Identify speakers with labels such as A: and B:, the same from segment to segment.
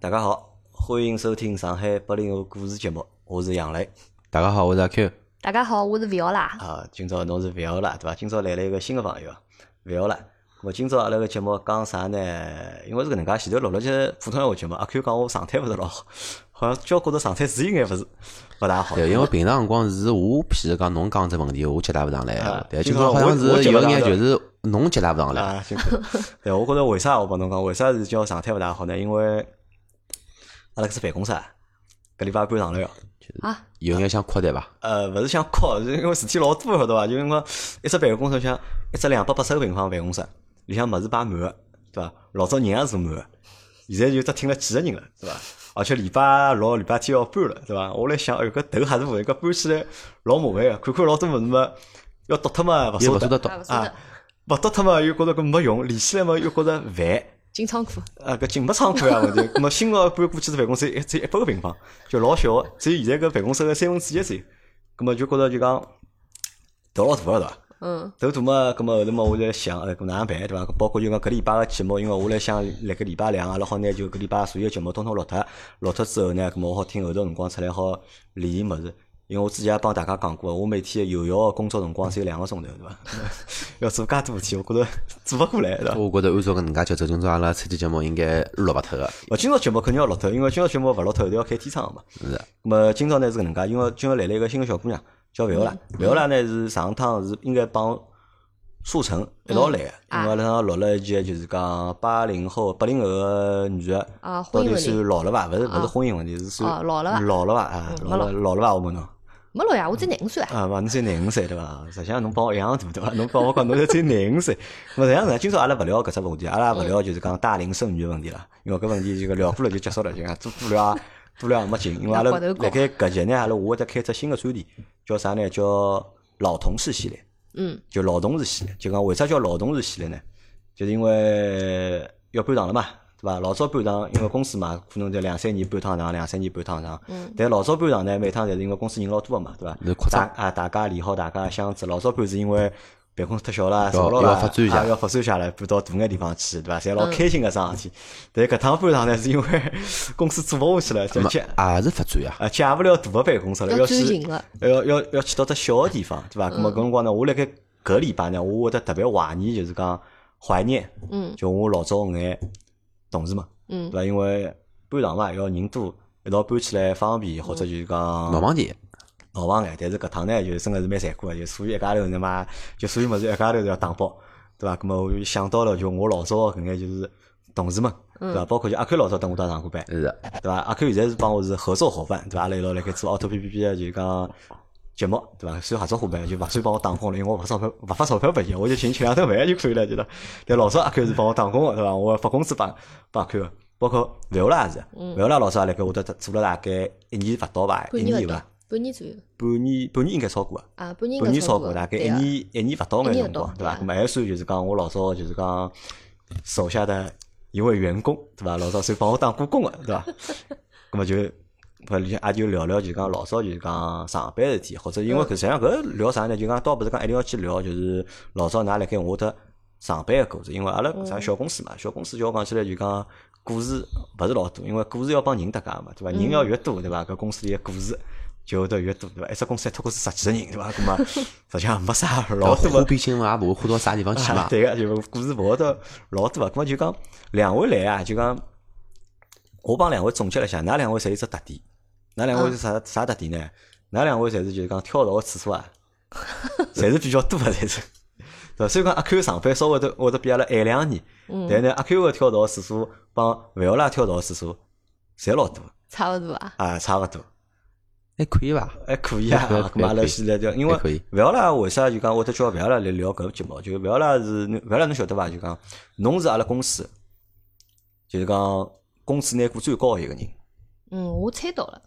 A: 大家好，欢迎收听上海八零后故事节目，我是杨磊
B: 大家好，我是阿 Q。
C: 大家好，我是 Viola。
A: 啊。今朝侬是 Viola 对伐？今朝来了一个新的朋友，Viola。我今朝阿拉个节目讲啥呢？因为是搿能介，前头录了些普通闲话节目，阿 Q 讲我状态勿是老好， 好像叫觉着状态是应该勿是勿大好。
B: 对，因为平常辰光是我，譬如讲侬讲只问题，我解答勿上
A: 啊
B: 来。对，
A: 今
B: 今
A: 朝
B: 朝好像
A: 我我
B: 是
A: 解答
B: 有
A: 不上
B: 眼
A: 来
B: 就是侬解答勿上来。
A: 啊，辛苦。 对，我觉着为啥我帮侬讲，为啥是叫状态勿大好呢？因为阿拉搿只办公室啊搿礼拜搬上来了。
C: 啊，
B: 有眼想扩展伐？
A: 呃，勿是想哭，是因为事体老多，晓得伐？就因为一只办公室像一只两百八十个平方办公室，里向物事摆满个，对伐？老早人也是满个，现在就只停了几个人了，对伐？而且礼拜六、礼拜天要搬了，对伐？我来想，哎呦，搿头还是勿搿搬起来老麻烦个，看看老多物事嘛，要丢脱嘛，勿
B: 又
A: 舍
B: 勿舍
A: 得
B: 得读
C: 啊，勿舍
A: 啊
C: 得，
A: 勿丢脱嘛，又觉着搿没用，连起来嘛又觉着烦。
C: 进仓库。
A: 啊，搿进没仓库呀，问题。咾么新个搬过去只办公室一只一百个平方，就老小个，只有现在搿办公室个三分之一左右。咾么就觉着就讲头老大个对伐？
C: 嗯，
A: 头大嘛，咾么后头嘛，我在想，哎，搿哪能办对伐？包括就讲搿礼拜个节目，因为我来想，辣盖礼拜两，阿啊拉好拿就搿礼拜所有节目统统录脱，录脱之后呢，咾么我好听后头辰光出来好理伊物事。因为我之前也帮大家讲过，我每天有效个工作辰光只有两个钟头，对伐？ 要做介多事体，我觉着做勿过来，对伐？
B: 我觉着按照搿能介节奏，今朝阿拉春节节目应该录勿脱个。
A: 勿，今朝节目肯定要录脱，因为今朝节目勿录脱，后头要开天窗个嘛。
B: 是的
A: 那么今朝呢是搿能介，因为今朝来了一个新个小姑娘，啊叫维奥拉。
C: 嗯
A: 维奥拉呢是上趟是应该帮舒晨一道来个，因
C: 嗯
A: 为阿拉上录了一集，就是讲八零后、八零后个女个
C: 啊
A: 到
C: 婚姻
A: 底
C: 问题
A: 算老了伐？勿是勿是
C: 啊
A: 婚姻问题，是
C: 哦
A: 算
C: 老了伐
A: 老了伐？啊，
C: 嗯
A: 老了
C: 没
A: 老了伐？我问侬。
C: 没了呀，我只廿五岁啊。
A: 啊，勿，侬才廿五岁对伐？实际上侬帮我一样大对伐？侬帮我讲侬才只有廿五岁，咾实际上呢，今朝阿拉勿聊搿只问题，阿拉勿聊就是讲大龄剩女个问题了，因为搿问题就聊过了就结束了，就讲多多聊啊多聊也没劲，因为阿拉
C: 那骨头高
A: 辣盖搿集呢，阿拉我会得开只新个专题，叫啥呢？叫老同事系列。
C: 嗯，
A: 就老同事系列，就讲为啥叫老同事系列呢？就是因为要搬堂了嘛，对伐？老早搬堂，因为公司嘛，可能就两三年搬趟堂，两三年搬趟堂。
C: 嗯
A: 但老早搬堂呢，每趟侪是因为公司人老多个嘛，对伐
B: 是扩？
A: 大
B: 张
A: 啊，大家理好大家的箱子。老早搬是因为办公室太小啦，少了
B: 要
A: 啦，
B: 发展一下
A: 啊要发展一下了，搬到大眼地方去，对伐？侪老
C: 嗯
A: 开心个桩事体。但搿趟搬堂呢，是因为公司做勿下去了，就
B: 没
A: 借
B: 也是发展呀。
A: 啊借勿了大个办公室了，
C: 要
A: 要
C: 转
A: 去
C: 型了。嗯
A: 要要要去到只小个地方，对伐？咁么搿辰光呢，我辣盖搿礼拜呢，我会得特别怀念，就是讲怀念，
C: 嗯
A: 就我老早眼同事们，对
C: 嗯，
A: 伐？因为搬堂嘛，要人多，一道搬起来方便，或者就是讲
B: 嗯忙忙点，
A: 闹忙眼，但是搿趟呢，就是真个是蛮残酷个，就所有一家头人嘛，就所有物事一家头侪要打包，对伐？咁么我就想到了，就我老早搿眼就是同事们，对
C: 嗯
A: 伐？包括就阿 Q 老早等我搭上过班，
B: 是的，
A: 对伐？阿 Q 现在是帮我是合作伙伴，对伐？阿拉一道辣盖做 Auto P P P 的，就是讲节目，对伐？算合作伙伴，就勿算帮我打工了，因为我勿钞票勿发钞票拨伊，我就请吃两顿饭就可以了，对伐？但老早阿 Q 是帮我打工个，对伐？我发工资帮帮阿 Q 个，包括维欧拉也是，维欧拉老早也辣盖我搭做了大概一年勿到吧，一
C: 嗯半年
A: 年
C: 勿
A: 伐
C: 到，，半年左右
A: 半年半年应该超过啊。
C: 啊，半年
A: 半年
C: 应该
A: 超
C: 超
A: 过，
C: 过
A: 大概
C: 对
A: 一
C: 啊
A: 年一年勿到眼辰光，对
C: 一年勿到
A: 伐？
C: 对啊
A: 咁么还算就是讲我老早就是讲手下的一位员工，对伐？老早算帮我打过工个，对伐？咁啊么就搿里向啊也就聊聊就是讲老早就是讲上班事体，或者因为搿实际上搿聊啥呢？就讲倒勿是讲一定要去聊，就是老早㑚辣盖我搭上班个故事，因为阿拉搿啥小公司嘛，小公司叫我讲起来就讲。故事勿是老多，因为故事要帮人搭界嘛，对伐？人要越多，对伐？搿公司里个故事就会得越多，对伐？一只公司一脱过是十几个人，对伐？搿 么实际上没啥老多
B: 花
A: 个。
B: 边新闻也勿会花到啥地 方去
A: 啊
B: 嘛。
A: 对个，就故事跑到老多啊。咁么就讲两位来啊，就讲我帮两位总结了一下，㑚两位侪有只特点，㑚两位是啥啥特点呢？㑚两位侪是就是讲跳槽个次数啊，侪是比较多个，侪是。对伐？虽然讲阿 Q 上班稍微都会得比阿拉晚两年，
C: 嗯
A: 但呢阿 Q 个跳槽次数帮勿要拉跳槽次数侪老多
C: 差勿多啊。
A: 啊，差勿多。
B: 还哎可以伐？
A: 还可以啊，
B: 哎还可以
A: 咁阿拉先来聊，因为
B: 还可以
A: 勿要啦，为啥就讲我得叫勿要啦来聊搿个节目？就勿要啦是勿要啦，侬晓得伐？就讲侬是阿拉公司，就是讲工资拿过最高个一个人，
C: 嗯，我猜到了。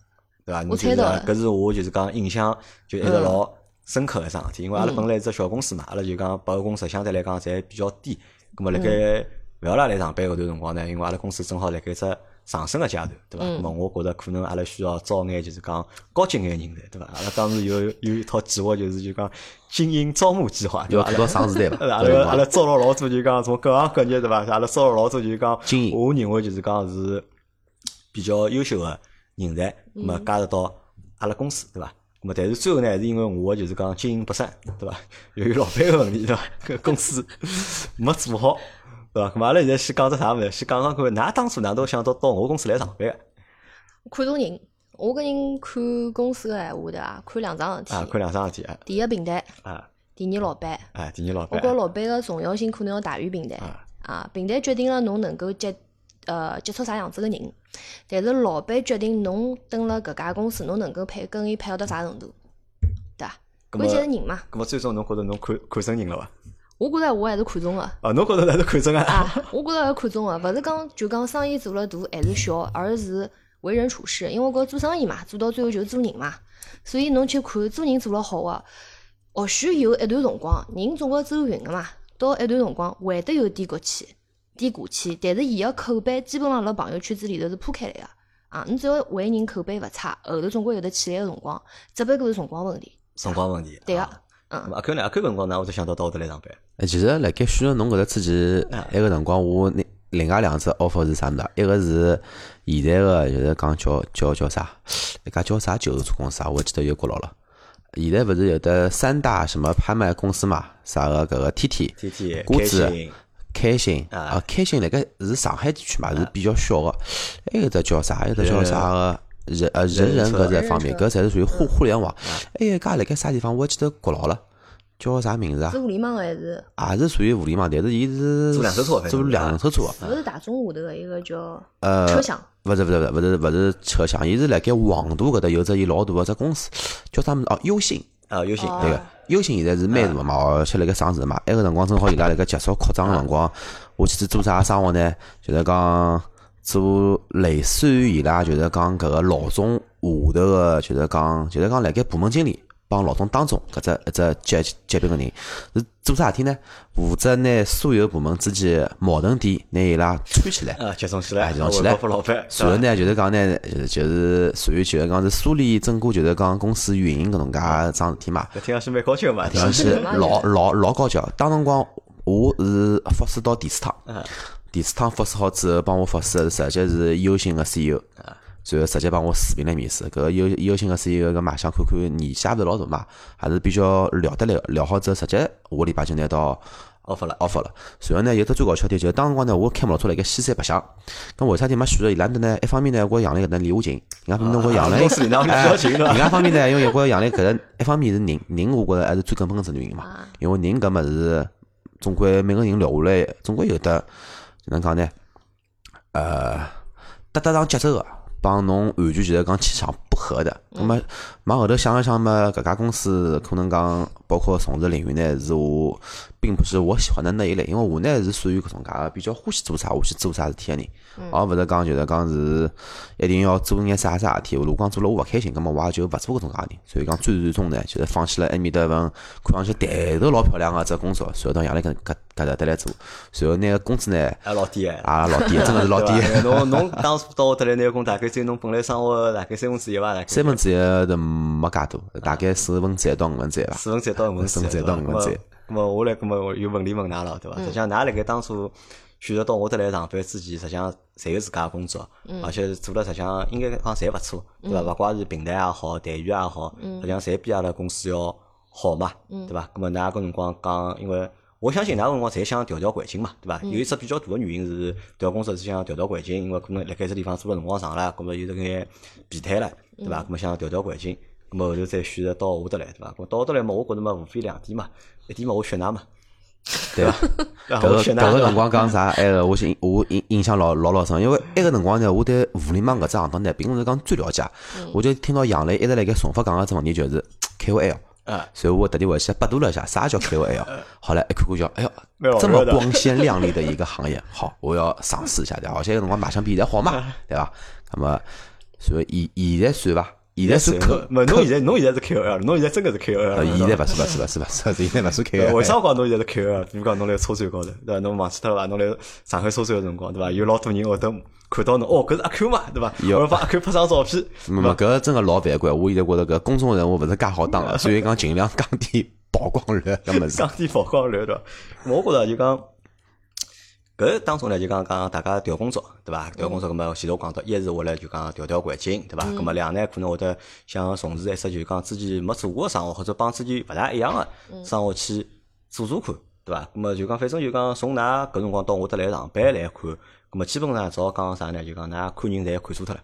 A: 对伐？侬
C: 我
A: 就
C: 猜
A: 是
C: 到了嗯
A: 搿是我就是讲印象就一直老深刻个桩事体，因为阿拉本来是只小公司嘛，阿拉就讲百货公司相对来讲侪比较低，咁么辣
C: 嗯
A: 盖勿要啦来上班搿段辰光呢，因为阿拉公司正好辣盖只上升个阶段，对伐？
C: 嗯
A: 咁么我觉着可能阿拉需要招眼就是讲高级眼人才，对伐？阿拉当时有有一套计划，就是就讲精英招募计划，对
B: 要
A: 伐？
B: 做到啥 时代伐？
A: 阿拉阿
B: 对
A: 拉
B: 吧
A: 啊阿拉招了老多，就是讲从各行各业对伐？阿拉招了老多，就是讲
B: 精英
A: 我认为就是讲是比较优秀个人才，
C: 嗯
A: 那么加入到阿拉公司，对伐？那么但是最后呢，还是因为我个就是讲经营不善，对伐？ 由于老板个问题，对伐？ 搿公司没做好，对伐？那么阿拉现在先讲只啥物事？先讲讲看，㑚当初哪都想到到我公司来上班个
C: 看中人，我搿人看公司个闲话对伐？看两桩事
A: 啊？
C: 体
A: 看，两桩事体啊
C: 第一平台，
A: 啊
C: 第二老板。
A: 啊！第二老
C: 我
A: 板
C: 觉老板个重要性可能要大于平台
A: 啊
C: 啊，平台决定了侬能够接呃接触啥样子个人，但是老板决定侬蹲辣搿家公司，侬能够配跟伊配合到啥程度，对伐？
A: 咁
C: 关键
A: 么
C: 是人嘛，
A: 咁么最终侬觉着侬看看准人了伐？
C: 我觉着我还是看中个
A: 啊，侬觉着哪能看准啊？
C: 啊， 我觉着还是看中个，勿是讲就讲生意做了大还是小，而是为人处事，因为搿做生意嘛，做到最后就是做人嘛，所以侬去看做人做了好个、或许有一段辰光，人总归走运个嘛，到一段辰光会得有低谷期、低谷期，但是伊个口碑基本上辣朋友圈子里头是铺开来个啊，你只要为人口碑勿差，后头总归有得起来个辰光，只不过是辰光问题。
A: 辰光问题。
C: 对个、
A: 啊咁么阿 Q 呢？阿 Q 搿辰光哪会得想到到我搭来上班？
B: 呃其实辣盖选择侬搿只之前，埃个辰光我另另外两只 offer 是啥物事啊？一个是现在个就是讲叫叫叫啥，一家叫啥旧车公司啊？我记得有角落了。现在勿是有得三大什么拍卖公司嘛？啥个搿个 TT、
A: 天天
B: 谷
A: 开
B: 子
A: 心
B: 开心
A: 啊
B: 啊，开心辣盖是上海地区嘛，是比较小个。还有只叫啥？还有只叫啥个？人呃人人搿只方面，搿侪是属于互互联网。还有一家辣盖啥地方？我记得角落了，叫啥名字啊
C: 是？互联网个还是
B: 也是啊属于互联网，但是伊是
A: 做两手车反正
B: 做两手车，
C: 勿是大众下头个一个叫
A: 呃
C: 车享？
B: 勿是勿是勿是勿是车厢，伊是辣盖黄渡搿搭有只伊老大个只公司，叫啥物事哦？优信
A: 啊，有心
C: 哦
B: 对个，优信现在是蛮大个嘛，而且辣盖上市嘛。埃个辰光正好伊拉辣盖急速扩张个辰光，我去做啥生活呢？就是讲做类似于伊拉就是讲搿个老总下头个，就是讲就是讲辣盖部门经理。帮老总当中搿只一只级级别个人是做啥事体呢？负责拿所有部门之间的矛盾点拿伊拉串起来，
A: 啊，集中起来，
B: 集中起来
A: 我报复老板，
B: 随后
A: 对伐？
B: 呢，就是讲呢，就是就是属于就是讲是梳理整个就是讲公司运营搿能介桩事体嘛，
A: 搿听上去蛮高兴个嘛，
B: 哎上去
C: 嗯
B: 老老老高级。当辰光我是复试到第四趟，
A: 嗯
B: 第四趟复试好之后，帮我复试的直接是优信个 CEO，然后 E
A: 嗯
B: 直接帮我视频来面试。搿优优信个 CEO E 搿嘛，想看看年纪也勿是老大嘛，还是比较聊得来的。聊好之后，直接下个礼拜就拿到。
A: 报复了。
B: offer 了。随后呢，有只最搞笑点就是当时光呢，我开摩托车辣盖西山白相，咁为啥体没选择伊拉搭呢？一方面呢，我养了搿搭离我近，另外一方面呢我养 了，哎
A: 公司里向比较近
B: 另
A: 了。
B: 外一方面呢，因为我养了搿搭， 一方面是人，人我觉着还是最根本个原因嘛。
C: 啊，
B: 因为人搿物事，总归每个人聊下来，总归有得哪能讲呢？呃，搭搭上节奏个，帮侬完全就是讲气场不合的。那么往后头想一想嘛，搿家公司可能讲，包括从事领域呢，是我并不是我喜欢的那一类，因为我呢是属于搿种介个比较欢喜做啥，我去做啥事体个人，而勿是讲就是讲是一定要做眼啥啥事体。如果讲做了我勿开心，葛末我也就勿做搿种介个人。所以讲最最终呢，就是放弃了埃面搭一份看上去抬头老漂亮个只工作，随后到夜里搿搿搿搭搭来做，随后呢工资呢。
A: 啊，老低哎，
B: 啊，老低，真的是老低
A: 对，伐。侬侬当初到我搭来拿工，大概只有侬本来生活大概三分之一伐？大概
B: 三分之一都没介多，大概四分之一到五分之一吧。
A: 四分之一到五分之一
B: 四分之一到五分之一。
A: 咁么我来，咁么我有问题问㑚了，对伐？实际上，㑚辣盖当初选择到我搭来上班之前，实际上侪有自家的工作，而且做了实际上应该讲侪勿错，对伐？勿怪是平台也好，待遇也好，实际上侪比阿拉公司要好嘛，对伐？咁么㑚搿辰光讲，因为我相信㑚搿辰光侪想调调环境嘛，对伐？有一只比较大个原因是调工作是想调调环境，因为可能辣盖这地方做了辰光长了，咁么有这眼疲态了，对伐？咁么想调调环境。咁么后头再选择到我搭来，对伐？咁到我搭来嘛，我觉着嘛，无非两点嘛，一点嘛，我学㑚嘛，
B: 对
A: 对
B: 伐？
A: 伐
B: 搿
A: 啊我
B: 个
A: 学㑚对
B: 搿个辰
A: 伐
B: 光讲啥？哎，我印我印印象老老老深，因为埃个辰光呢，我对互联网搿只行当呢，并勿是讲最了解。我就听到杨磊一直辣盖重复讲个只问题，就是 KOL。
A: 啊，
B: 所以我特地回去百度了一下，啥叫 KOL？好了，一看看叫，哎
A: 蛮
B: 呦，
A: 好
B: 这么
A: 玩的
B: 光鲜亮丽的一个行业，好，我要尝试一下对吧？而且搿辰光卖相比现在好嘛，
A: 嗯
B: 对伐？那么，所以现现在算伐？现在算可
A: 没侬现在侬现在是 KOL，侬现在真个是 KOL
B: 呃，
A: 了。
B: 现在勿是勿是勿是勿是勿是，现在勿是
A: 对伐
B: KOL。
A: 为啥讲侬现在是 KOL？比如讲侬来车展高头，对伐？侬忘记脱了伐？侬来上海车展个辰光，对伐？有老多人会得看到侬，哦，搿是阿 Q 嘛，对伐？
B: 有
A: 我要帮阿 Q 拍张照片，
B: 没没，搿真个老犯规。我现在觉着搿公众人物勿是介好当个，所以讲尽量降低曝光率搿物事。
A: 上天曝光率对伐？我觉着就讲，搿当中呢，就讲讲大家调工作，对伐？调工作，葛末前头讲到，一是为了就讲调调环境，对伐？葛末两呢，可能会得想从事一些就讲自己没做过个生活，或者帮自己勿大一样个生活去做做看，对伐？葛末就讲，反正就讲从㑚搿辰光到我搭来上班来看，葛末基本上只好讲啥呢？就讲㑚看人侪看错脱了，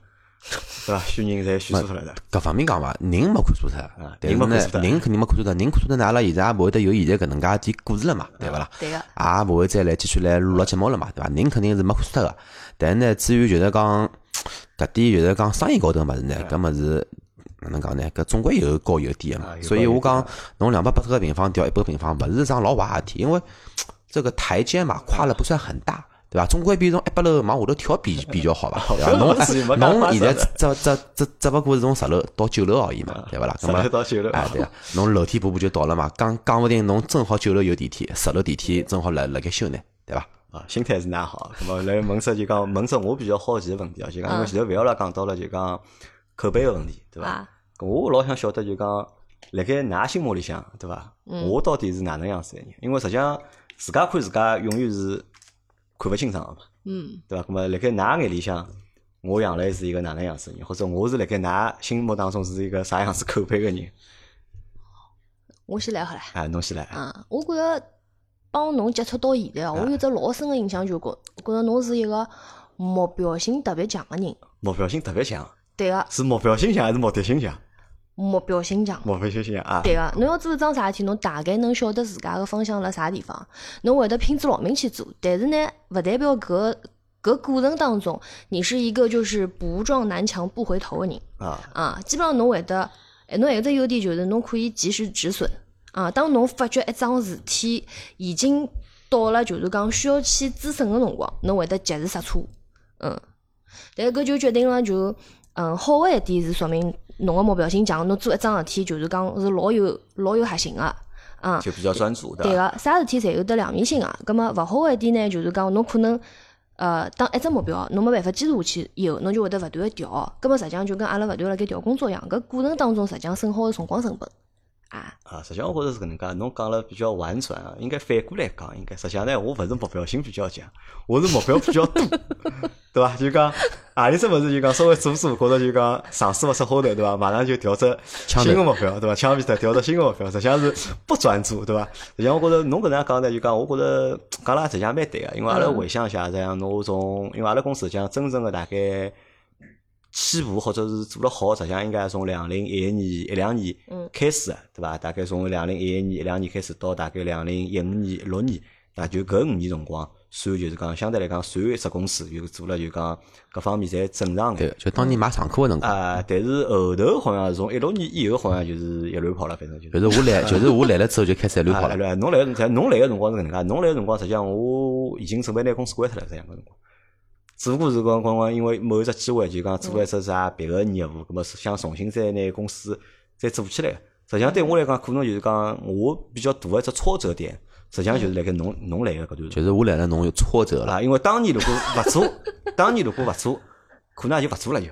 A: 对伐？选人侪选错脱了的。
B: 各方面讲伐，人没看错脱
A: 啊，
B: 但
A: 人
B: 是
A: 没
B: 呢
A: 看错，脱
B: 人肯定没看错脱，人看错脱呢，阿拉现在也勿会得有现在搿能介点故事了嘛，对勿啦？
C: 对个，啊
B: 也勿啊会再来继续来录节目了嘛，对伐？人肯定是没看错脱个，但是呢，至于就是讲搿点就是讲生意高头个物事呢，搿物事哪能讲呢？搿总归有高有低个嘛
A: 啊，有
B: 所
A: 高
B: 以
A: 有
B: 我
A: 低
B: 讲侬两百八十个平方调一百平方，勿是桩老坏个事体，因为这个台阶嘛，跨了不算很大。对伐？总归比从一百楼往下头跳比比较好吧？对伐？侬
A: 是没
B: 哎
A: 办法
B: 侬现在
A: 是的
B: 只只只只不过是从十楼到九楼而已嘛，对勿啦？
A: 十
B: 那么
A: 楼到九楼
B: 哎，对啊，侬楼梯步步就到了嘛，讲讲勿定侬正好九楼有地铁，十楼地铁正好辣辣盖修呢，对伐？
A: 啊，心态是哪好？那么来问出就讲，问出我比较好奇的问题啊，就讲
C: 嗯
A: 因为前头勿要啦讲到了就讲口碑个问题，对伐
C: 啊？
A: 咁我老想晓得就讲，辣盖㑚心目里向，对伐？
C: 嗯
A: 我到底是哪能样子的人？因为实际上自家看自家永远是看勿清爽个嘛，
C: 嗯，
A: 对伐？咁么辣盖㑚眼里向，我养来是一个哪能样子的人，或者我是辣盖㑚心目当中是一个啥样子口碑个人？
C: 我先来好了。
A: 哎，侬先来，
C: 嗯，我觉着帮侬接触到现在，啊我有只老深个印象，就觉觉着侬是一个目标性特别强个人。
A: 目标性特别强，
C: 对个，
A: 是目标性强还是目的性强？
C: 目标性强。
A: 目标性强啊！
C: 对个，侬要做一桩啥事体，侬大概能晓得自家个方向辣啥地方，侬会得拼足老命去做。但是呢，勿代表搿搿过程当中，你是一个就是不撞南墙不回头个人
A: 啊，
C: 啊。基本上侬会得，哎侬还有只优点就是侬可以及时止损啊。当侬发觉一桩事体已经到了就是讲需要去止损个辰光，侬会得及时刹车，嗯。但搿就决定了就，嗯，好个一点是说明侬个目标性强，侬做一桩事体就是讲是老有老有核心个，啊，
A: 就比较专注，
C: 对
A: 伐？
C: 个，啥事体侪有得两面性个。葛么勿好个一点呢，就是讲侬可能。呃，当一只目标侬没办法坚持下去以后，侬就会得勿断个调，葛么实际上就跟阿拉勿断辣盖调工作一样，搿过程当中实际上损耗个辰光成本啊，
A: 啊，实际上我觉着是搿能介，侬讲了比较婉转啊，应该反过来讲，应该实际上呢，我勿是目标性比较强，我是目标比较多， 对伐？就讲何里只物事就讲稍微做做，觉着就讲尝试勿出花头，对伐？马上就调只
B: 枪
A: 新
B: 头
A: 个目标，对伐？枪毙的调只新个目标，实际上是不专注，对伐？实际上我觉着侬搿能介讲呢，就讲我觉着讲了也实际上蛮对个，因为阿拉回想一下，实际上侬从因为阿拉公司实际上真正个大概。起步或者是做了好，实际上应该从两零一一年一两年开始的，对伐？大概从两零一一年一两年开始到大概两零一五年六年，那就搿五年辰光，算就是讲相对来讲算一只公司，就做了就讲各方面侪正常
B: 对
A: 个。，
B: 就当年买仓库个辰光，
A: 啊，但是后头好像是从一六年以后，好像就是一乱跑了，反正就是。
B: 就是我来，就是我来了之后就开始乱跑
A: 啊对
B: 了。
A: 侬来个辰光，侬来个辰光是搿能介，侬来个辰光，实际上我已经准备拿公司关脱了，实际上搿辰光。只不过是讲光光，因为某一只机会，就讲做一只啥别个业务，葛么是想重新再拿公司再做起来。实际上对我来讲，可能就是讲我比较大的一只挫折点，实际上就是辣盖侬侬来个搿段辰光
B: 就是我来了，侬有挫折了，
A: 啊，因为当年如果勿做，当年如果勿做，可能也就勿做了就。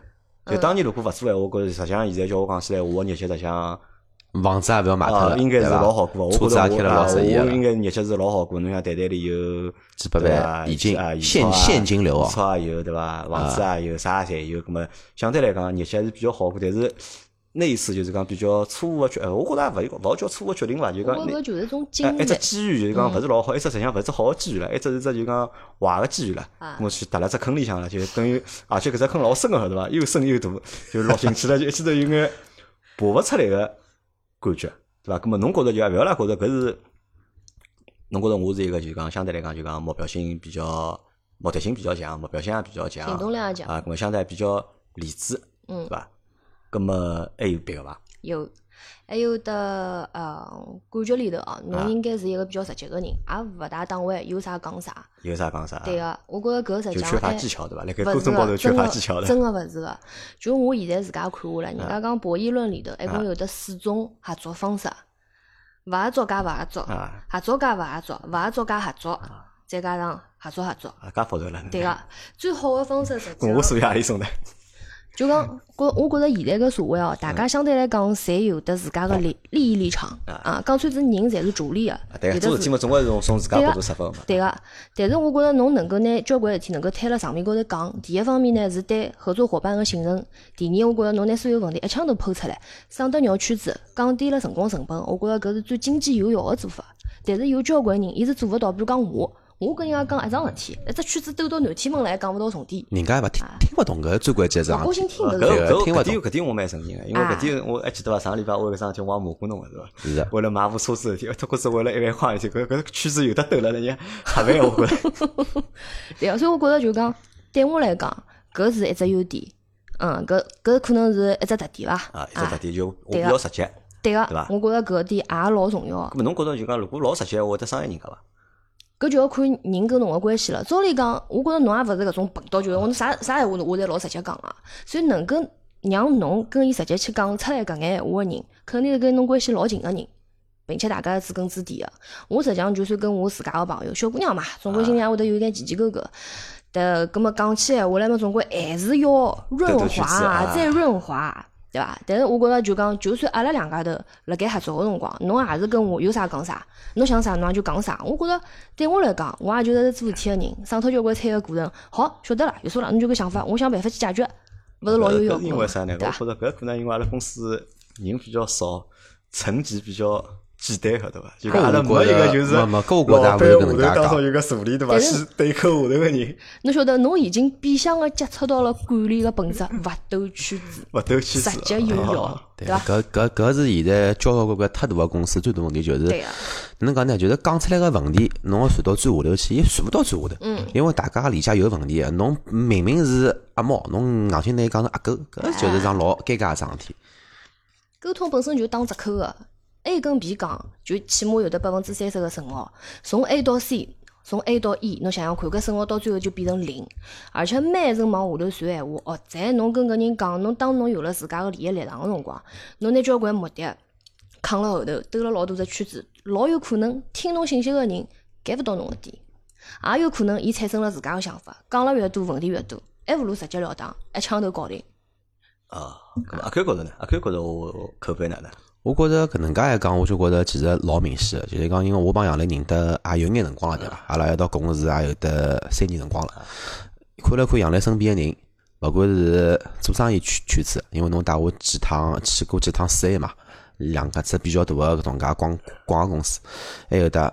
B: 嗯
A: 就当年如果勿做闲话，我觉着实际上现在叫我讲起来，我个日节实际上。
B: 房子也勿要卖脱
A: 啊
B: 了，
A: 应该是
B: 对伐
A: 老好过，我觉
B: 车子
A: 着
B: 也开了老
A: 我啊
B: 色一
A: 我
B: 了
A: 应。该日脚是老好过。侬像袋袋里有
B: 几百
A: 对
B: 万
A: 吧
B: 现金
A: 啊现
B: 现
A: 钞啊
B: 现金流啊啊
A: 钞也有对伐？房子也啊有，啥侪有。葛么相对来讲，日脚是比较好过，但是那一次就是讲比较错误个决，呃我觉着也勿勿好叫错误个决定伐，就
C: 我
A: 讲
C: 觉
A: 那
C: 着就是一种经
A: 哎
C: 历嗯
A: 一只，机遇就是讲勿是老好，一只实际上勿是好个机遇了，一只是只就讲坏个机遇了
C: 啊。
A: 我去踏了只坑里向了，就等于而且搿只坑老深个对伐？又深又大，就落进去了，就一记头有眼爬勿出来个感觉，对伐？葛么侬觉着就啊勿要啦，觉着搿是侬觉着我是一个就讲相对来讲就讲目标性比较目的性比较强，目标性也比较强，
C: 行动力也强
A: 啊，葛么相对比较理智，
C: 嗯
A: 对伐？葛么还有别个伐？
C: 有，还有的呃，感觉里头
A: 啊
C: 啊，侬应该是一个比较直接个人，也勿大打弯，有啥讲啥。
A: 有啥啊讲啥？
C: 对个，我觉着搿实
A: 就
C: 际上
A: 缺乏
C: 还
A: 技巧对伐？辣盖
C: 勿
A: 沟
C: 是
A: 通高头
C: 个，
A: 缺
C: 真
A: 乏
C: 个
A: 技巧的。啊
C: 真个勿是个。就我现在自家看下来，人家讲博弈论里头一共有得四种合作方式，勿合作加勿合作，
A: 啊
C: 合作加勿合作，勿合作加合作，再加上合作合作。
A: 啊，介复杂了。
C: 对个，最好个方式实际
A: 我
C: 上
A: 属于阿里种的，
C: 就讲，觉我觉着现在个社会哦，大
A: 嗯
C: 家相对来讲，侪有得自家个利利益立场啊。讲穿子，人侪是逐利个，
A: 啊对
C: 有
A: 个，做事
C: 的
A: 体
C: 是
A: 嘛，总归是从从自家角度出发嘛。
C: 对啊个。但是我觉着侬能够拿交关事体能够摊辣上面高头讲，第一方面呢是对合作伙伴个信任，第二我觉着侬拿所有问题一腔头剖出来，省得绕圈子，降低了成功成本，我觉着搿是最经济有效个做法。但是有交关人，伊是做勿到，比如讲我，我跟人家讲一桩事体，一只圈子兜到南天门来讲勿到重点，
B: 人家也勿听听勿懂搿最关键是
C: 勿
B: 啥
C: 高？兴听
A: 啊搿
C: 搿
A: 个
C: 是。
A: 搿
B: 啊听
A: 个
B: 勿
A: 啊搿点
B: 懂
A: 搿点我蛮生气个，因为搿点我还记得伐？上个礼拜我有个桩事体，我也骂过侬个对伐？
B: 是啊
A: 为了买部车子的事体， 脱裤子为了一万块事体，搿搿圈子有得斗了，人家瞎万 我觉着。
C: 对啊，所以我觉着就讲，对我来讲，搿是一只优点，嗯，搿搿可能是一只特点伐？
A: 啊，一只特点就我比
C: 哎对个
A: 较直接。
C: 对个
A: 对伐，
C: 我觉着搿点也老重要
A: 咁。么侬觉着就讲，如果老直接，会得伤害人家伐？
C: 搿就要看人跟侬个关系了。照理讲，我觉着侬也勿是搿种笨到，就是我啥啥闲话我侪老直接讲啊个，所以能够让侬跟伊直接去讲出来搿眼闲话个人，肯定是跟侬关系老近个人。并且大家是知根知底个。我实际上就算跟我自家个朋友，小姑娘嘛，总归心里也会得有眼奇奇怪怪。但葛么讲起闲话来嘛，总归还是要润
A: 兜兜圈子啊
C: 滑，再润滑，对伐？但是我觉着就讲，就算阿拉两家头辣盖合作个辰光，侬也是跟我有啥讲啥，侬想啥侬也就讲啥。我觉着对我来讲，我也就是做事体个人，省脱交关猜个过程。好，晓得了，有啥了，侬就搿想法，我想办法去解决，勿是老有效
A: 搿是呃因
C: 果
A: 为
C: 嘛，
A: 啥呢
C: 对？啊
A: 我觉
C: 伐？
A: 着搿可能因为阿拉公司人比较少，层级比较简单，晓得伐？就讲阿拉
B: 搿我
A: 没一
B: 觉
A: 个
B: 着
A: 就是老
B: 没没
A: 板
B: 搿我觉着也勿是
A: 下头
B: 搿能介
A: 当
B: 讲
A: 中有个助理对伐？
C: 但是
A: 去对口下头个人，
C: 侬晓得，侬已经变相个接触到了管理个本质，勿兜圈子，
A: 勿兜圈子。
C: 直接有
A: 哦
C: 效，对
B: 对
C: 伐？
B: 搿搿搿是现在交交关关太大个公司最大问题就是，
C: 对个，啊
B: 哪能讲呢？就是讲出来个问题，侬要传到最下头去，也传勿到最下头。因为大家理解有问题个，侬明明是阿猫，侬硬性拿伊讲成阿狗，搿就是桩老尴尬个桩事体。
C: 沟通本身就打折扣个。A 跟 B 讲，就起码有得百分之三十个损耗。从 A 到 C，从 A 到 E，侬想想看，搿损耗到最后就变成零。而且慢层往下头传闲话，哦，在侬跟搿人讲，侬当侬有了自家个利益立场个辰光，侬拿交关目的扛辣后头，兜了老大只圈子，老有可能听侬信息个人 get 勿到侬个点。也有可能伊产生了自家个想法，讲了越多问题越多，还勿如直截了当一枪头搞定。
A: 啊，咁阿 Q 觉着呢？阿 Q 觉着我我口碑哪能？
B: 我觉着搿能介一讲，我就觉着其实老明显个，就是讲，因为我帮杨澜认得也有眼辰光了，对伐？阿拉一道共事也有得三年辰光了。看了看杨澜身边个人，勿管是做生意圈圈子，因为侬带我几趟去过几趟四 A 嘛，两家子比较大个搿种介广广告公司，还有得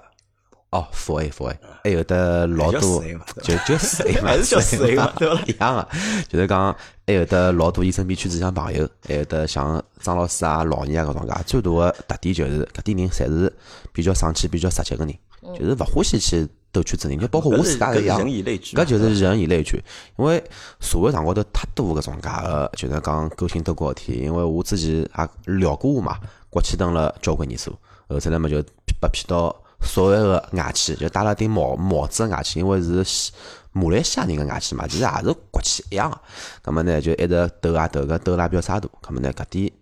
B: 哦 f o A f o A，还有得老
A: 还叫
B: 多
A: 4A 嘛对吧
B: 就就四 A 嘛，
A: 还是叫 4A 嘛对吧
B: 一样个，就是讲还有得老多伊身边圈子像朋友，还有得像张老师啊、老倪啊搿种介，最大个特点就是搿点人侪是比较生气、比较直接个人，就是勿欢喜去兜圈子人，就包括我
A: 搿
B: 自
A: 是
B: 家
A: 搿
B: 也
A: 是
B: 一样。
A: 人以类聚嘛，
B: 搿就是人以类聚，因为社会上高头太多搿种介个，就是讲勾心斗角个体。因为我之前也聊过嘛，国企蹲了交关年数，后头来嘛就被骗到所谓个外企，就戴了顶帽帽子个外企，因为是西马来西亚人个外企嘛，其实也是国企一样个。葛么呢，就一直斗啊斗，搿斗拉比较啥大。葛么呢，搿点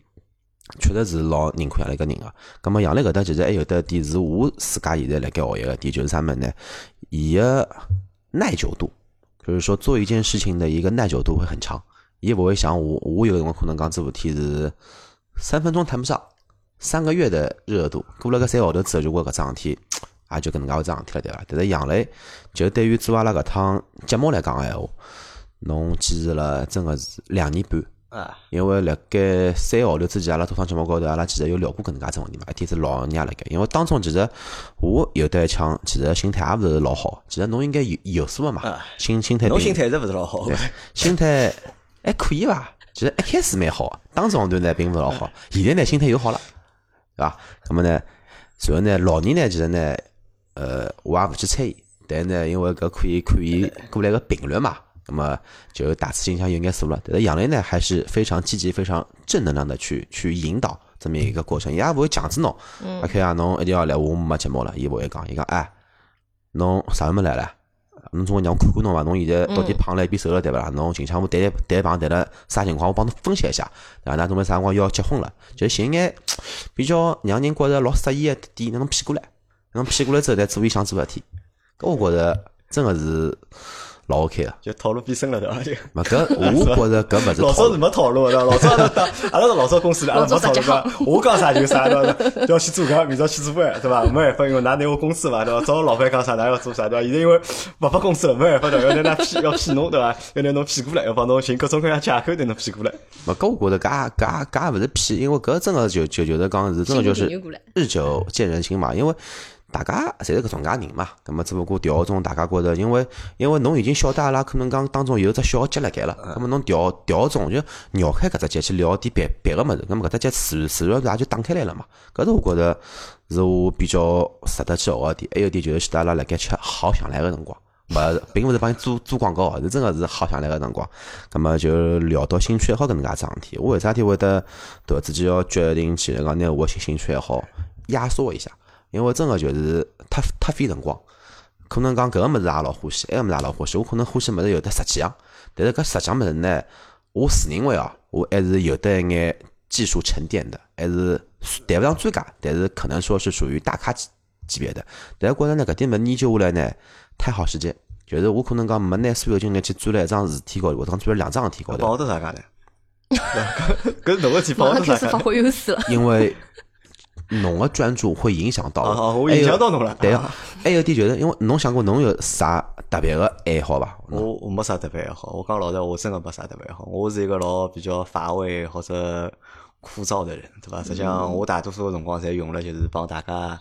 B: 确实是老认可杨澜搿人个。咁么杨澜搿搭其实还有得一点是我自家现在辣盖学习个点，就是啥物事呢？伊个耐久度，就是说做一件事情的一个耐久度会很长，伊勿会像我，我有辰光可能讲这事体是三分钟谈不上，三个月的热度，过了搿三个号头之后，如果搿桩事体。也就搿能介个桩事体了，对伐？但是杨澜就对于做阿拉搿趟节目来讲个闲话，侬坚持了真个是两年半，
A: 啊，
B: 因为辣盖三个号头之前，阿拉做趟节目高头，阿拉其实有聊过搿能介一只问题嘛。一天是老娘辣盖，因为当中其实我有得一腔，其实心态也勿是老好。其实侬应该有有数个嘛
A: 啊，
B: 心心态
A: 侬
B: 平
A: 心态一直勿 是老好。
B: 对，心态还可以伐？其实一开始蛮好的，当时段呢并勿老好，现在呢心态又好了，对伐？那么呢，随后呢，老年呢其实呢，呃，我也勿去参与，但呢，因为搿可以看伊过来个频率嘛，那么就大致性向有眼数了。但是杨澜呢还是非常积极、非常正能量的去去引导这么一个过程，伊也勿会强制侬。阿 K 啊，侬一定要来，我没节目了，伊勿会讲，伊讲哎，侬啥辰末来了？啊侬总归让我看看侬伐？侬现在到底胖了一边瘦了对勿啦？
A: 嗯
B: 侬近腔我谈谈胖谈了啥情况？我帮侬分析一下，对伐？那准备啥辰光要结婚了？就寻眼比较让人觉着老适意个点，让侬骗过来，让侬骗过来之后再做伊想做个事体。搿我觉着真个是老 OK 个。
A: 就套路变深了对 伐？就
B: 嘛，搿我觉着搿物 事
A: 老
B: 套
A: 早是
B: 路，
A: 没套路的，老早阿拉 当阿拉是老早公司的，阿拉没套路的。我讲啥就啥，对 伐？要去做搿，明朝去做搿，对伐？没办法，因为㑚拿我公司嘛，对伐？找老板讲啥，㑚要做啥，对伐？现在因为勿拨公司了，没办法的，要拿㑚骗，要骗侬，对伐？要拿侬骗过来，要帮侬寻各种各样借口拿侬骗过来。
B: 嘛搿我觉着搿也搿也搿也勿是骗，因为搿真个就就就是讲是真个就
C: 心里有
B: 是
C: 过 来
B: 日久见人心嘛，因为。大家侪是搿种介人嘛，葛末只不过调中大家觉着，因为因为侬已经晓得阿拉可能讲当中有只小个结辣盖了，葛末侬调调中就绕开搿只结去聊点别别个物事，葛啊末搿只结自自然也就打开来了嘛。搿是我觉着是我比较值得去学个点，还有一点就是晓得阿拉辣盖吃好想来个辰光，勿是并勿是帮伊做做广告哦，是真个是好想来个辰光。葛末就聊到兴趣爱好搿能介桩事体，我为啥体会得对伐？自己要决定去讲拿我兴兴趣爱好压缩一下，因为真个就是太太费辰光。可能讲搿个物事也老欢喜，埃个物事也老欢喜。我可能欢喜物事有得十几样，但是搿十项物事呢，我自认为哦，我还是有得一眼技术沉淀的，还是谈勿上专家，但是可能说是属于大咖级级别的。但是觉着呢，搿点物事研究下来呢，太耗时间。就是我可能讲没拿所有精力去钻辣一桩事体高头，或者讲钻辣两桩事体高头
A: 帮。我得啥讲呢？ 搿是侬个事体，帮
C: 马
A: 我
C: 上
A: 得啥
C: 开
A: 讲
C: 始发
A: 呢？
C: 挥优势了。
B: 因为侬个专注会影响到
A: 啊啊
B: 我，
A: 我
B: 还有
A: 影响到侬了
B: 哎对
A: 啊
B: 啊，还有一点就是，因为侬想过侬有啥特别个爱好伐？侬
A: 我我没啥特别爱好，我讲老实，话，我真个没啥特别爱好。我是一个老比较乏味或者枯燥的人，对伐？实际
B: 嗯
A: 上，我大多数个辰光侪用了就是帮大家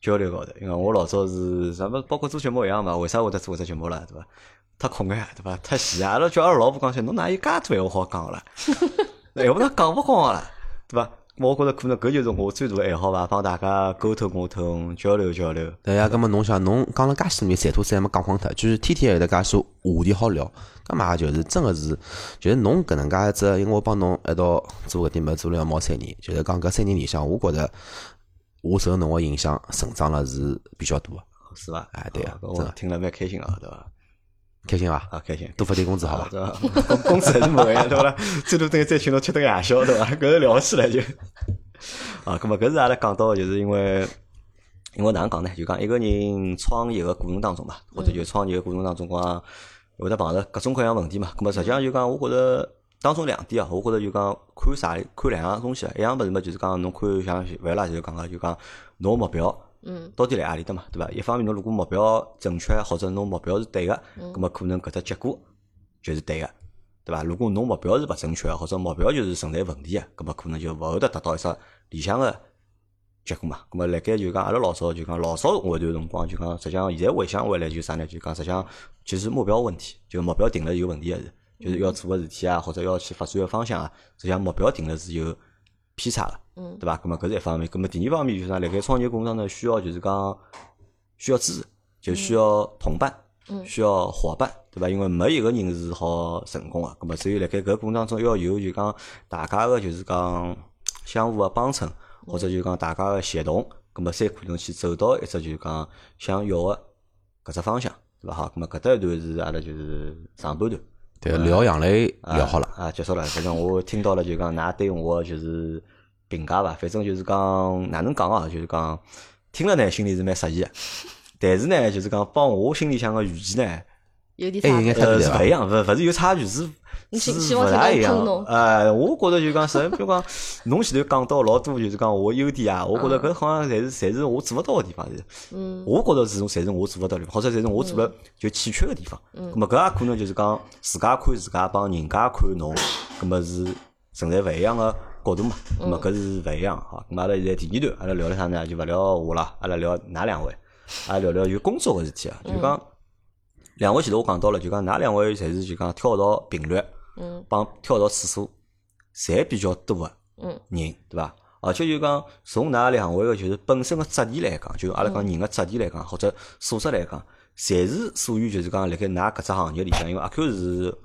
A: 交流高头，因为我老早是咱们包括做节目一样嘛，为啥会得做搿只节目啦，对伐？太空个呀，对伐？太闲啊！阿拉叫阿拉老婆讲起，侬哪有介多闲话好讲个啦？ 要不然讲勿光个啦，对伐？我觉着可能搿就是我最大的爱好吧，帮大家沟通沟通，交流交流。
B: 对呀，葛么侬想，侬讲了介许多年，馋吐子还没讲光脱，就是天天有得介许多话题好聊，葛么也就是真个是，就是侬搿能介一只，因为我帮侬一道做搿点物事做了要毛三年，就是讲搿三年里向，我觉着我受侬个影响成长了是比较大个，
A: 是伐？
B: 哎对啊
A: 搿我
B: 真的
A: 听了蛮开心啊，对伐？
B: 开心伐？
A: 啊，开心。
B: 多发点工资好伐
A: 啊？对伐？工工资还是没呀，对伐？最多等于再请侬吃顿夜宵，对伐？搿是了不起了就。啊，葛末搿是阿拉讲到，就是因为因为哪能讲呢？就讲一个人创业个过程当中嘛，或者就创业个过程当中讲会得碰着各种各样问题嘛。葛末实际上就讲，我觉着当中两点啊，我觉着就讲看啥看两样东西啊，一样物事嘛，就是讲侬看像万拉就是讲个，就讲侬个目标。
C: 嗯，
A: 到底辣何里搭嘛，对伐？一方面，侬如果目标正确，或者侬目标是对个，葛么可能搿只结果就是对个，对伐？如果侬目标是勿正确，或者目标就是存在问题个，葛么可能就勿会得达到一只理想个结果嘛。葛么辣盖就讲阿拉老早就讲老早我一段辰光就讲，实际上现在回想回来就啥呢？就讲实际上其实目标问题，就目标定了是有问题个是，就是要做个事体啊，或者要去发展个方向啊，实际上目标定了是有偏差个。对伐？咁么搿是一方面，咁么第二方面就是讲，辣盖创业过程当中需要就是讲需要支持，就需要同伴，需要伙伴，对伐？因为没一个人是好成功个，咁么所以辣盖搿过程当中要有就讲大家个就是讲相互个帮衬，或者就讲大家个协同，咁么才可能去走到一只就是讲想要个搿只方向，对伐？好，咁么搿搭一段是阿拉就是上半段。
B: 对，聊杨磊聊好了。
A: 啊，结束了。反正我听到了，就讲㑚对我就是评价伐，反正就是讲哪能讲啊，就是讲听了呢，心里是蛮适意的。但是呢，就是讲帮我心里向个预期呢，
C: 有点
B: 哎应该
C: 啥？
B: 差
A: 呃
B: 别
A: 是
B: 伐
A: 勿一样，勿勿是有差距，是
C: 你希
A: 是
C: 希
A: 勿
C: 望
A: 大一
C: 听到
A: 样
C: 坑侬。
A: 呃，我觉着就讲是，比 如讲侬前头讲到老多，就是讲我优点啊，我觉着搿好像侪是侪是我做勿到个地方，是。
C: 嗯，
A: 我觉着是种侪是我做勿到的地方，或者侪是我做了就欠缺个地方。
C: 嗯
A: 咁么搿也可能就是讲自家看自家帮人家看侬，咁么是存在勿一样个角度嘛。
C: 嗯
A: 咁么搿是勿一样哈。咁么阿拉现在第二段，阿拉聊了啥呢？就勿聊我了，阿拉聊哪两位？阿拉聊聊有工作个事体啊，就讲两位前头我讲到了，就讲哪两位侪是就讲跳槽频率，
C: 嗯，
A: 帮跳槽次数侪比较多个
C: 嗯
A: 人，对伐？而且就讲从㑚两位个就是本身个质地来讲，就阿拉
C: 嗯
A: 讲人个质地来讲，或者素质来讲，侪是属于就是讲辣盖㑚搿只行业里向，因为阿 Q 是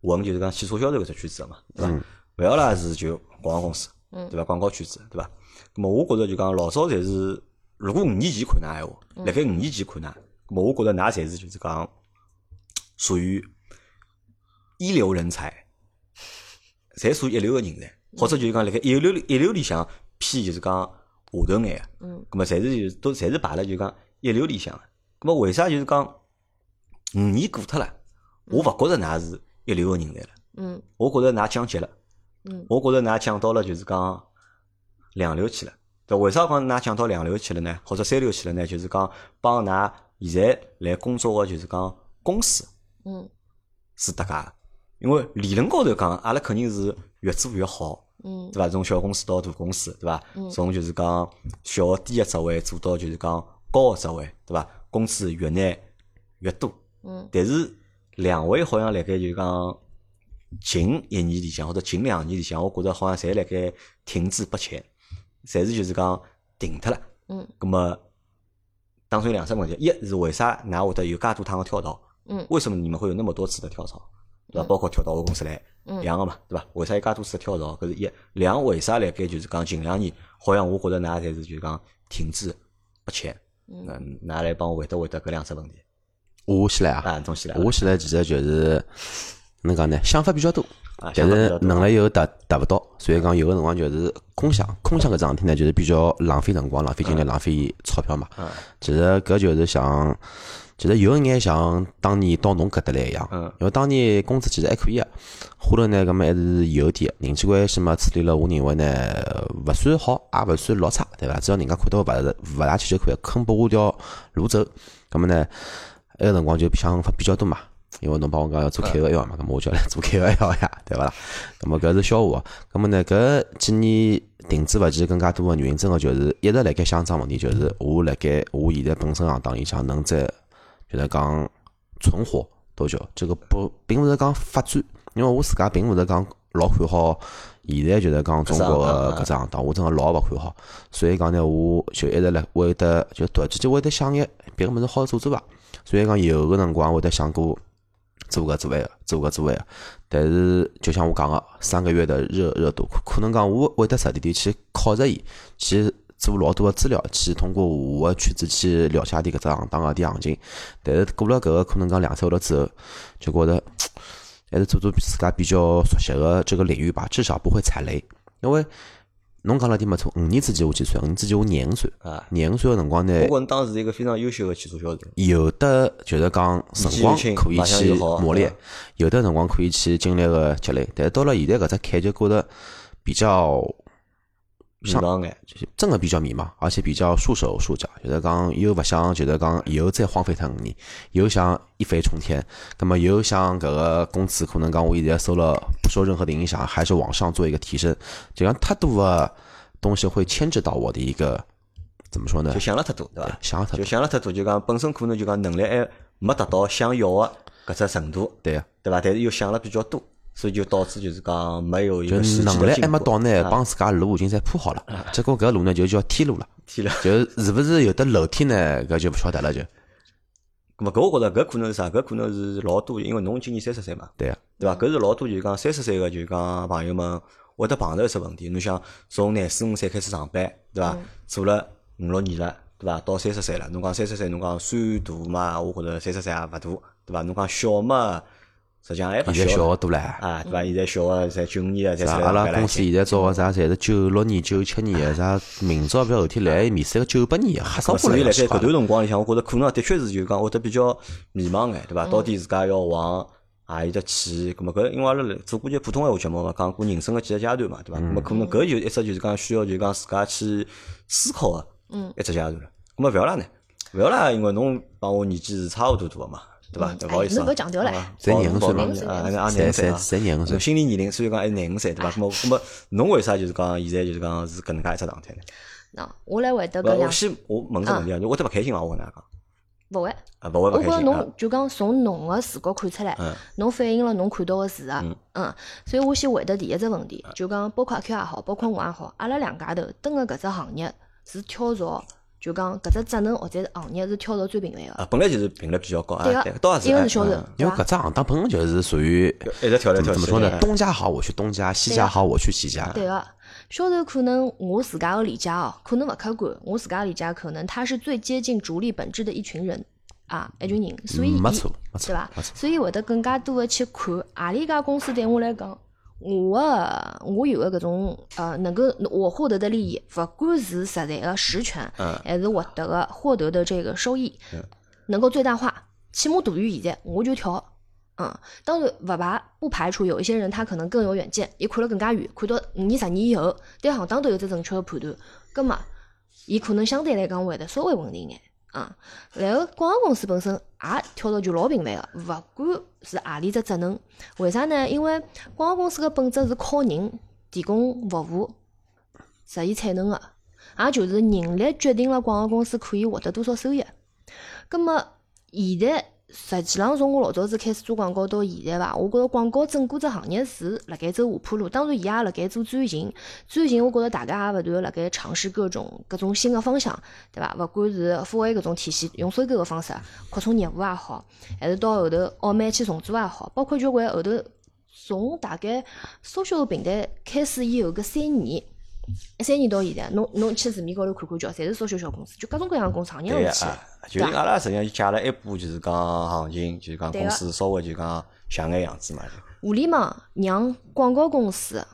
A: 混就是讲汽车销售搿只圈子个嘛，对伐？勿要啦是就广告公司，
C: 嗯
A: 对伐？广告圈子，对伐？咁么我觉着就讲老早侪是，如果五年前看㑚闲话，
C: 嗯
A: 辣盖五年前看㑚，咁么我觉着㑚侪是就是讲属于一流人 才。侪属于一流个人才，
C: 嗯
A: 或者就是讲辣盖一流一流里向偏就是讲下头眼，啊
C: 嗯，
A: 咁么侪是就是都嗯侪是排辣就是讲一流里向个。咁么为啥就是讲五年过脱了，我勿觉着㑚是一流个人才了，
C: 嗯
A: 我觉着㑚降级了，
C: 嗯
A: 我觉着㑚降到了就是讲两流去了。对，为啥讲㑚降到两流去了呢？或者三流去了呢？就是讲帮㑚现在来工作个就是讲公司
C: 嗯
A: 是搭界个，因为理论高头讲，阿拉肯定是越做越好。
C: 嗯
A: 对伐？从小公司到大公司，对伐？
C: 嗯
A: 从就是讲小个低个职位做到就是讲高个职位，对伐？工资越拿越多，
C: 嗯
A: 但是两位好像辣盖就是讲近一年里向或者近两年里向，我觉着好像侪辣盖停滞不前，侪是就是讲停脱了。
C: 嗯
A: 咁么，当中有两只问题，一是为啥㑚会得有介多趟个跳槽？
C: 嗯
A: 为什么你们会有那么多次的跳槽？对吧？
C: 嗯
A: 包括跳到我公司来，
C: 嗯
A: 两个嘛，对吧？为啥有介多次的跳槽？搿是一，两为啥辣盖就是讲近两年，好像我觉着㑚侪是就是讲停滞不前。
C: 嗯
A: 嗯，㑚来帮我回答回答搿两只问题
B: 我先来
C: 嗯
B: 啊，
A: 啊，东西来了
B: 我现在其实就是哪能讲呢？想法比较多
A: 啊，
B: 但
A: 想法比较
B: 是
A: 多
B: 能力又达达不到，所以讲有个辰光就是空想，空想搿桩事体呢，就是比较浪费辰光、浪费精力、浪费钞票嘛。
A: 嗯
B: 其实搿就是像，其实有一眼像当年到侬搿搭来一样，
A: 嗯
B: 因为当年工资其实还可以啊，花头呢搿么还是有点人际关系嘛，处理了我认为呢勿算好，也勿算老差，对伐？只要人家看到我勿是勿大去就可以，肯拨我条路走，搿么呢，埃个辰光就想法比较多嘛。因为侬帮我讲要做 K 个幺嘛，咁么我就来做 K 个幺呀，对伐啦？咁啊么搿是笑话。咁么呢，搿几年停滞勿前更加多个原因，真个就是一直辣盖想桩问题，就是我辣盖我现在本身行当里向能在就是讲存活多久？这个不并勿是讲发展，因为我自家并勿是讲老看好现在就是讲中国
A: 搿只行当
B: 个搿只行当，我真个老勿看好。所以讲呢，我就一直辣会得就突然之间会得想眼别个物事好做做伐。所以讲有个辰光会得想过做搿做埃个，做搿做埃个。但是就像我讲个，三个月的热热度，可可能讲我会得实地地去考察伊，去做老多个资料，去通过我个圈子去了解点搿只行当个点行情。但是过了搿个可能讲两三个号头之后，就觉着还是做做自家比较熟悉个这个领域吧，至少不会踩雷。因为侬讲了点没错，五年之前我几岁？五年之前我廿五岁，
A: 啊。
B: 廿五岁个辰光呢，
A: 我觉着当时是一个非常优秀的汽车销售，
B: 有的就是讲辰光
A: 年纪轻
B: 可以
A: 马上
B: 去
A: 就好嗯
B: 磨练
A: 对，
B: 有的辰光可以去经历个积累，但是到了现在搿只坎就觉得比较
A: 迷茫眼，
B: 就是真的比较迷茫，而且比较束手束脚，就是讲又勿想，就是讲以后再荒废脱五年，又想一飞冲天，那么又想搿个工资可能讲我现在收了不受任何的影响，还是往上做一个提升，就像太多的啊东西会牵制到我的一个怎么说呢
A: 就？想了太多，对伐？
B: 想法
A: 就
B: 太多，
A: 想了太多，就讲本身可能就讲能力还没达到想要的搿只程度，
B: 对啊呀。
A: 对伐？但是又想了比较多，所以就导致就是讲没有一
B: 就
A: 个实际的
B: 能力
A: 进
B: 还没
A: 步
B: 到呢，
A: 啊
B: 帮自家路已经侪铺好了，结果搿路呢就叫天路了，
A: 天了。
B: 就是是不是有的楼梯呢？搿就勿晓得了就，
A: 咁么搿我觉着搿可能是啥？搿可能是老多，因为侬今年三十岁嘛，
B: 对呀，啊
A: 对伐？搿是老多就是讲三十岁个就是讲呃朋友们会得碰到一些问题。侬想从廿四五岁开始上班，对伐？做了五六年了，对伐？到三十岁了，侬讲三十岁，侬讲算大嘛？我觉着三十岁也勿大，对伐？侬讲小嘛，实际上还勿
B: 现在小
A: 小
B: 学多了。
A: 啊，对伐？现在小个侪九五年个，侪
B: 啥
A: 出来
B: 阿
A: 上
B: 拉
A: 班了
B: 公
A: 已
B: 司
A: 经
B: 现在招个啥，侪是九六年、九七年的，啥明朝不要后天来，面试个九八年的，吓死我
A: 所以
B: 了！
A: 辣
B: 奇
A: 盖
B: 怪
A: 搿段辰光里向，我觉着可能的确是就是讲会得比较迷茫哎眼，对
C: 嗯
A: 伐？到底自家要往何里搭去？咁么搿因为阿拉做过节普通闲话节目嘛，讲过人生个几个阶段嘛，对伐？咁
B: 嗯
A: 么可能搿就一只就是讲需要就是讲自家去思考个
C: 嗯
A: 一只阶段了。咁么勿要啦呢？勿要啦，因为侬帮我年纪是差勿多大个嘛，对伐？
C: 嗯
A: 对勿好意思啊，
C: 哎侬搿强调了
A: 啊
B: 侪廿五岁嘛
A: 啊啊啊
B: 侪
A: 廿五岁啊
B: 侪侪廿五岁
A: 心理年龄虽然讲还是廿五岁，对伐？咁么咁么侬为啥就是讲现在就是讲是搿能介一只状态呢？
C: 那我来回答
A: 勿
C: 搿
A: 我
C: 两，
A: 先我问只问题啊，我得勿开心伐？我跟㑚讲。
C: 勿会。
A: 啊，勿会
C: 我
A: 勿
C: 觉着
A: 开心啊
C: 侬。就讲从侬个视角看出来
A: 嗯，
C: 侬反映了侬看到个事实。嗯，所以我先回答第一只问题，
A: 嗯
C: 就讲包括阿 Q 也好，包括我也好，阿拉两家头蹲个搿只行业是挑着，就讲搿只职能或者是行业是挑着最平凡个。
A: 啊，本来就是频率比较高啊，
C: 对
A: 对倒
C: 个，
A: 是
C: 一个
A: 哎
C: 是销售
A: 嗯，
B: 因
C: 对
B: 为搿
C: 伐？
B: 只行当本身就是属于
A: 一直跳来
B: 怎
A: 跳去的。
B: 么怎么说呢？
A: 哎
B: 东家好我去东家，西
C: 对
B: 家
C: 啊
B: 好我去西家。
C: 对个，销售可能我自家个理解哦，可能勿客观，我自家理解可能他是最接近主力本质的一群人啊，一群人，所以
B: 嗯没
C: 伊
B: 错没错
C: 对伐
B: 没？错
C: 所以会得更加多的去看何里家公司对我来讲，我的我有的搿种呃能够我获得的利益，勿管是实在的实权，
B: 嗯
C: 还是获得的获得的这个收益，能够最大化，起码大于现在，我就跳。嗯，当然勿排不排除有一些人他可能更有远见，伊看了更加远，看到五年、十年以后，对行当都有只正确的判断，葛末伊可能相对来讲会得稍微稳定眼。嗯，然后广告公司本身也挑头就老频繁个，勿管是何里只职能，为啥呢？因为广告公司个本质是靠人提供服务，实现产能个，也就是人力决定了广告公司可以获得多少收益。咁么现在实际浪从我老早子开始做广告到现在伐，我觉着广告整个只行业是辣盖走下坡路。当然，伊也辣盖做转型，转型我觉着大家也勿断辣盖尝试各种各种新的方向，对伐？勿管是付费搿种体系，用收购个方式扩充业务也好，还是到后头澳美去重组也好，包括交关后头从大概 social 平台开始以后搿三年。一三年到现在，侬侬去市面高头看看叫，侪是 social 小公司，就各种各样的工厂，样
A: 对
C: 样
A: 个
C: 事体
A: 啊。，就是阿拉实际上就借了一波，就是讲行情，就是讲
C: 对啊
A: 公
C: 个
A: 司稍微就讲像眼样子嘛。
C: 互联网让广告公司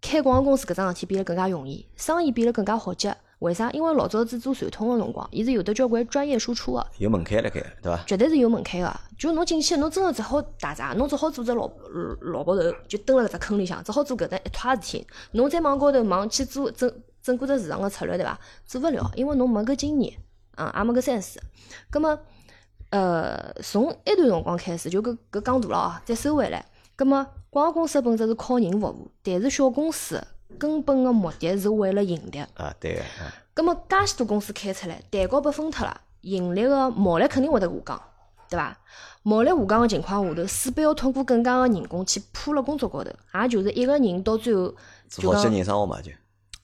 C: 开广告公司搿桩事体变得更加容易，生意变得更加好接。为啥？因为老早子做传统个辰光，伊是有得交关专业输出个、啊
A: 有门槛辣盖，对伐？
C: 绝对是有门槛个。就侬进去，侬真个只好打杂，侬只好做只老呃老包头，就蹲辣搿只坑里向，只好做搿搭一坨事体。侬再往高头忙去做整整个只市场个策略，对伐？做勿了，因为侬没搿经验，啊，也没搿 sense。葛么，呃，从埃段辰光开始，就搿搿讲大了啊，再收回来。葛么，广告公司本质是靠人服务，但是小公司根本个目的是为了盈利。
A: 啊，对个，啊
C: 咁么介许多公司开出来，蛋糕被分脱了，盈利个毛利肯定会得下降，对伐？毛利下降个情况下头，势必要通过更加个人工去铺辣工作高头，也就是一个人到最后
A: 做
C: 就
A: 好些
C: 讲
A: 人生活嘛，就